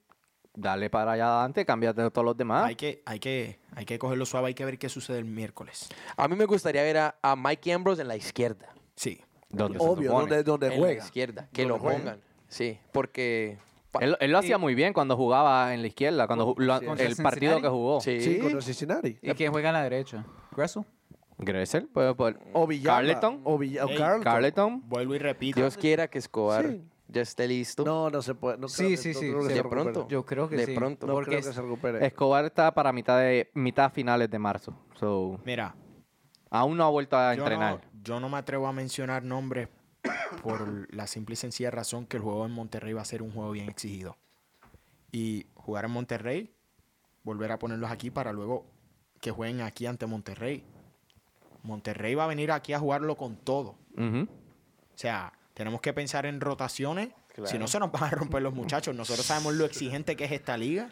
Dale para allá adelante, cámbiate a todos los demás. Hay, que, hay, que, hay que cogerlo suave, hay que ver qué sucede el miércoles. A mí me gustaría ver a, a Mike Ambrose en la izquierda. Sí. Donde se Obvio, supone. donde, donde en la juega. izquierda, que lo pongan. Sí, porque... pa- Él, él lo hacía muy bien cuando jugaba en la izquierda, cuando ju- lo- Sí. el Contra partido Cincinnati. que jugó. sí. Sí, contra Cincinnati. ¿Y quién juega en la derecha? ¿Russell? Gressel, puede poder. O Villalba. Carleton. O, Villa- o Ey, Carleton. Carleton. Vuelvo y repito. Dios quiera que Escobar Sí. ya esté listo. No, no se puede. No Sí, creo que- sí, no sí, creo que sí, se de recupere. pronto. Yo creo que De sí. pronto. No porque creo que es- se recupere. Escobar está para mitad de mitad finales de marzo. So, Mira, aún no ha vuelto a yo entrenar. no, yo no me atrevo a mencionar nombres por la simple y sencilla razón que el juego en Monterrey va a ser un juego bien exigido. Y jugar en Monterrey, volver a ponerlos aquí para luego que jueguen aquí ante Monterrey. Monterrey va a venir aquí a jugarlo con todo. Ujú. O sea, tenemos que pensar en rotaciones. Si Claro. no, se nos van a romper los muchachos. Nosotros sabemos lo exigente que es esta liga.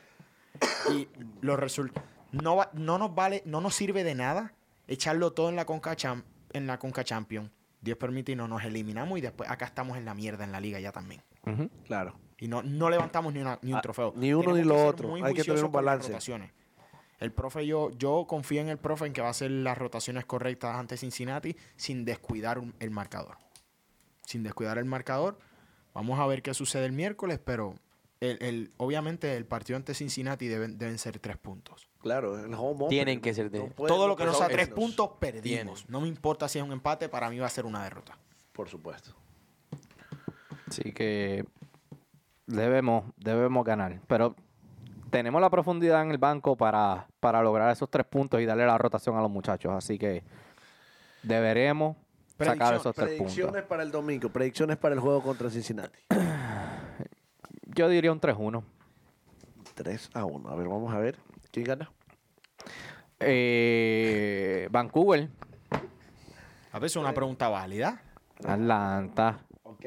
Y los resultados. No, va- no nos vale, no nos sirve de nada echarlo todo en la Conca, Cham- en la Conca Champion. Dios permite y no nos eliminamos y después acá estamos en la mierda en la liga ya también. Ujú. Claro. Y no, no levantamos ni, una- ni un trofeo. Ah, ni uno Tenemos ni lo ser otro. muy Hay que tener juiciosos un con las balance. rotaciones. El profe, yo, yo confío en el profe en que va a hacer las rotaciones correctas ante Cincinnati sin descuidar un- el marcador. Sin descuidar el marcador. Vamos a ver qué sucede el miércoles, pero el, el- obviamente el partido ante Cincinnati deben, deben ser tres puntos. Claro, el home opener. Tienen que ser de- pueden Todo lo que no sea empezar tres menos, puntos, perdimos. No me importa si es un empate, para mí va a ser una derrota. Por supuesto. Así que debemos, debemos ganar. Pero tenemos la profundidad en el banco para, para lograr esos tres puntos y darle la rotación a los muchachos. Así que deberemos sacar Predicción- esos tres puntos. Predicciones para el domingo. Predicciones para el juego contra Cincinnati. Yo diría un 3-1. 3 a 1. A ver, vamos a ver. ¿Quién gana? Eh, Vancouver, A veces una pregunta válida. Atlanta. Ok.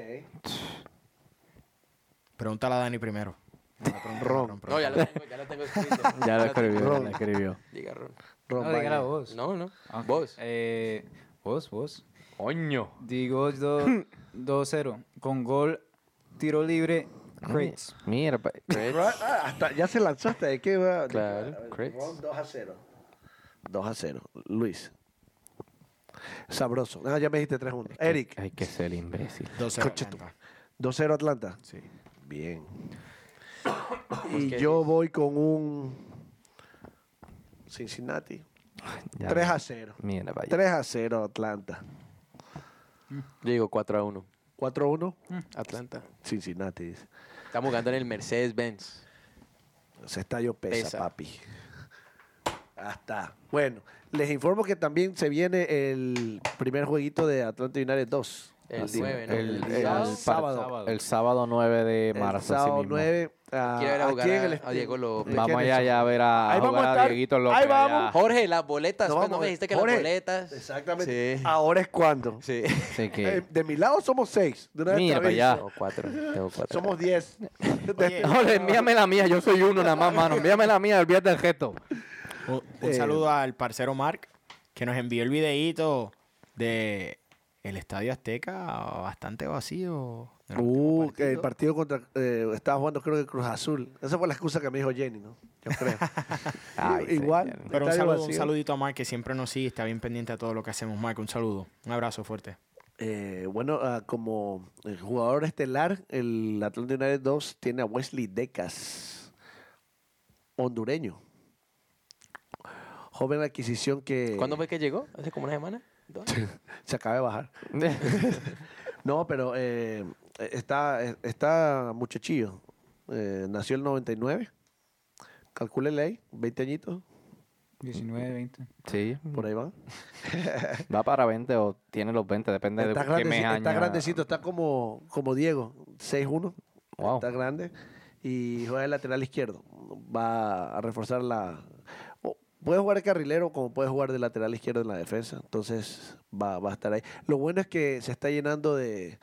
Pregúntala a Dani primero. No, la [LAUGHS] pregunta- Ron. Ron, [LAUGHS] No, ya pregúntala. lo tengo, ya lo tengo escrito. Ya lo lo tengo. escribió, ya lo escribió. Diga, Ron. Ron No, diga la Bayer. voz. No, pues. no. Ok, Vos. [LAUGHS] eh, vos, vos. Coño. Digo do- 2-0. Con gol, tiro libre, Crates. Mira, pa- Ron- ah, hasta ya se lanzaste. ¿De qué va? Claro, A ver, Craig. Ron 2 a 0. 2 a 0. Luis. Sabroso. No, ya me dijiste 3 a 1. Eric. hay que ser imbécil. 12 Coche tu- 2 a 0 Atlanta. Sí. [COUGHS] Bien. ¿qué y yo voy con un Cincinnati. Ya 3 ves. a 0. Mira, vaya. 3 a 0 Atlanta. Yo digo 4 a 1. 4 a 1 Atlanta. Cincinnati. dice. Estamos jugando en el Mercedes-Benz. Ese estadio pesa, Pesa. papi. Hasta. Bueno, les informo que también se viene el primer jueguito de Atlanta United 2. El Así, 9, ¿no? El, El el sábado. par- Sábado. el sábado 9 de el marzo. así sábado mismo. 9. ah, Quiero ver a jugar aquí en a- el a estadio. Diego López. ¿De Vamos quién es allá eso? ya a ver a, a Ahí vamos jugar a a estar. Dieguito López Ahí vamos. allá. Jorge, las boletas. Nos ¿Cuándo vamos me a- dijiste que Jorge, las boletas? Exactamente. Ah. Sí. Ahora es cuando. [LAUGHS] Sí. [LAUGHS] Así que, [LAUGHS] Eh, de mi lado somos 6. Mira pues para allá. Tengo 4. Tengo 4. Somos [LAUGHS] este- 10. Oye, Jorge, envíame la mía, yo soy uno nada más, mano. Envíame la mía, olvídate del gesto. Un, un Eh. saludo al parcero Mark, que nos envió el videíto de el Estadio Azteca bastante vacío. del último Uh, que el partido contra. eh, estaba jugando, creo que Cruz Azul. Esa fue la excusa que me dijo Jenny, ¿no? Yo creo. [LAUGHS] Ay, Igual. señor. Pero un, estadio saludo- un vacío. saludito a Mark, que siempre nos sigue, está bien pendiente a todo lo que hacemos. Mark, un saludo. Un abrazo fuerte. Eh, bueno, ah, como eh, jugador estelar, el Atlanta United 2 tiene a Wesley Decas, hondureño. Joven adquisición que ¿Cuándo fue que llegó? ¿Hace como una semana? ¿Dos? se acaba de bajar. No, pero eh, está, está muchachillo. Eh, nació el 99. Calcúlele ahí, 20 añitos, 19, 20. [LAUGHS] Sí, [LAUGHS] por ahí va. va para 20 o tiene los 20, depende Está, de qué mes grandeci- está año. grandecito, está como, como Diego, 6'1. Wow. Está grande. Y juega de lateral izquierdo. Va a reforzar la. o- Puede jugar de carrilero como puede jugar de lateral izquierdo en la defensa. Entonces va, va a estar ahí. Lo bueno es que se está llenando de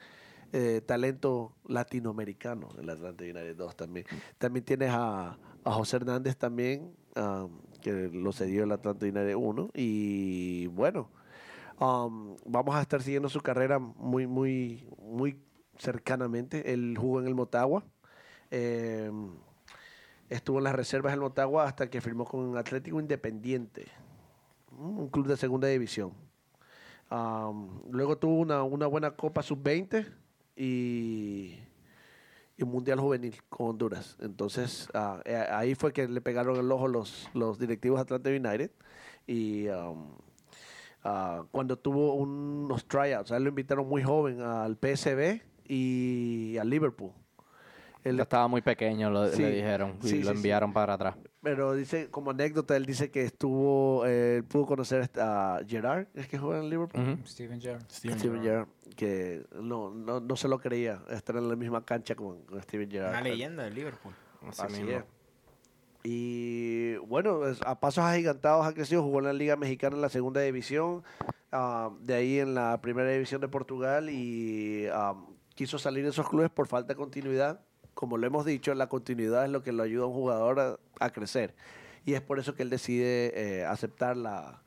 eh, talento latinoamericano del Atlanta United 2 también. También tienes a, a José Hernández también, um, que lo cedió el Atlanta United 1. Y bueno, um, vamos a estar siguiendo su carrera muy, muy, muy cercanamente. Él jugó en el Motagua. eh, estuvo en las reservas del Motagua hasta que firmó con Atlético Independiente, un club de segunda división. Am, luego tuvo una, una buena Copa Sub-20 y, y un Mundial Juvenil con Honduras. Entonces, ah, eh, ahí fue que le pegaron el ojo los, los directivos de Atlanta United. Y am, ah, cuando tuvo unos tryouts, a él lo invitaron muy joven al PSB y al Liverpool. Él Él estaba muy pequeño, lo, Sí. le dijeron, y Sí, lo sí, sí. enviaron para atrás. pero dice, como anécdota, él dice que estuvo, eh, pudo conocer a Gerard, es que juega en Liverpool. Ujú. Steven Gerrard. Steven Steven Gerrard. Gerrard, que no, no, no se lo creía estar en la misma cancha con, con Steven Gerrard. Una leyenda de Liverpool. Así, es. Y bueno, es- a pasos agigantados ha crecido, jugó en la Liga Mexicana en la segunda división, ah, de ahí en la primera división de Portugal y ah, quiso salir de esos clubes por falta de continuidad. Como lo hemos dicho, la continuidad es lo que lo ayuda a un jugador a, a crecer. Y es por eso que él decide eh, aceptar la,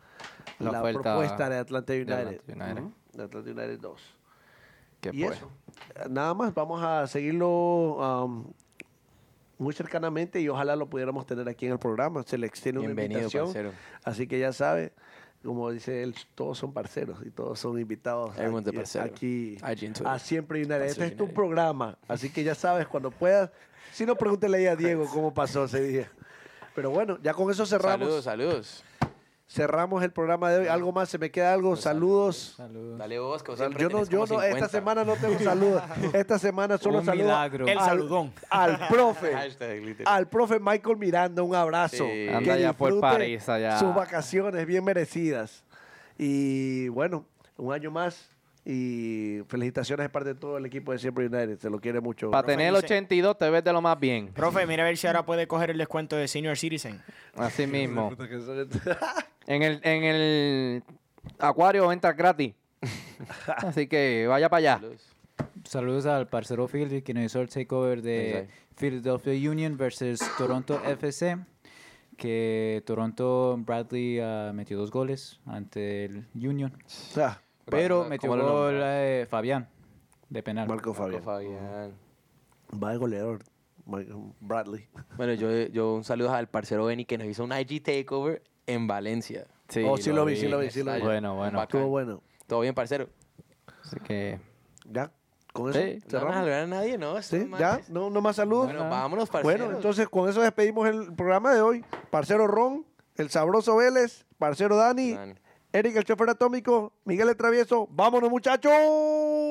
La la oferta propuesta de Atlanta United. Atlanta United. Ujú, de Atlanta United 2. Que Y pues, eso. Eh, Nada más, vamos a seguirlo am, muy cercanamente y ojalá lo pudiéramos tener aquí en el programa. Se le extiende una Bienvenido, invitación. parcero. Así que ya sabe, como dice él, todos son parceros y todos son invitados Everyone's a aquí, parcero. aquí Allí en Twitter. a siempre United. Este es Parceros tu United. programa, así que ya sabes, cuando puedas, si no, pregúntele ahí a Diego Pues. cómo pasó ese día. Pero bueno, ya con eso cerramos. Saludos, saludos. Cerramos el programa de hoy. ¿Algo más? ¿Se me queda Pues algo? saludos. Saludos. Dale vos, que vos siempre Yo no, tenés yo como no, 50. esta semana no tengo [LAUGHS] saludos. Esta semana solo Un saludo milagro. El al- saludón. Al profe. [LAUGHS] Hashtag, literal. al profe Michael Miranda, un abrazo. Sí. Que Anda ya por disfrute París, allá. Sus vacaciones bien merecidas. Y bueno, un año más. Y felicitaciones de parte de todo el equipo de Siempre United. Se lo quiere mucho. para tener el dice- 82 te ves de lo más bien. Profe, mira a ver si ahora puede coger el descuento de Senior Citizen. Así mismo. Profe. En el, en el acuario [LAUGHS] entras gratis. Así que vaya Ah. para allá. Saludos. Saludos al parcero Phil, quien hizo el takeover de Exacto. Philadelphia Union versus Toronto FC. Que Toronto Bradley ah, metió dos goles ante el Union. [LAUGHS] Ah, Pero ¿Cómo metió lo gol nombras? eh, Fabián de penal. Marco Fabián. Marco Fabián. Va de goleador. Michael Bradley. Bueno, yo, yo un saludo al parcero Benny que nos hizo un IG takeover en Valencia. Sí, Oh, sí lo vi, sí lo vi, sí lo vi. Bueno, bueno. Bacán. Estuvo bueno. Todo bien, parcero. Así que Ya, con eso. Sí, No vamos a cerramos. saludar a nadie, ¿no? Estos Sí, ya, manes. no, no más saludos. Bueno, vámonos, parceros. Bueno, entonces con eso despedimos el programa de hoy. Parcero Ron, el sabroso Vélez, parcero Dani, Dani. Eric el chofer atómico, Miguel el travieso. Vámonos muchachos.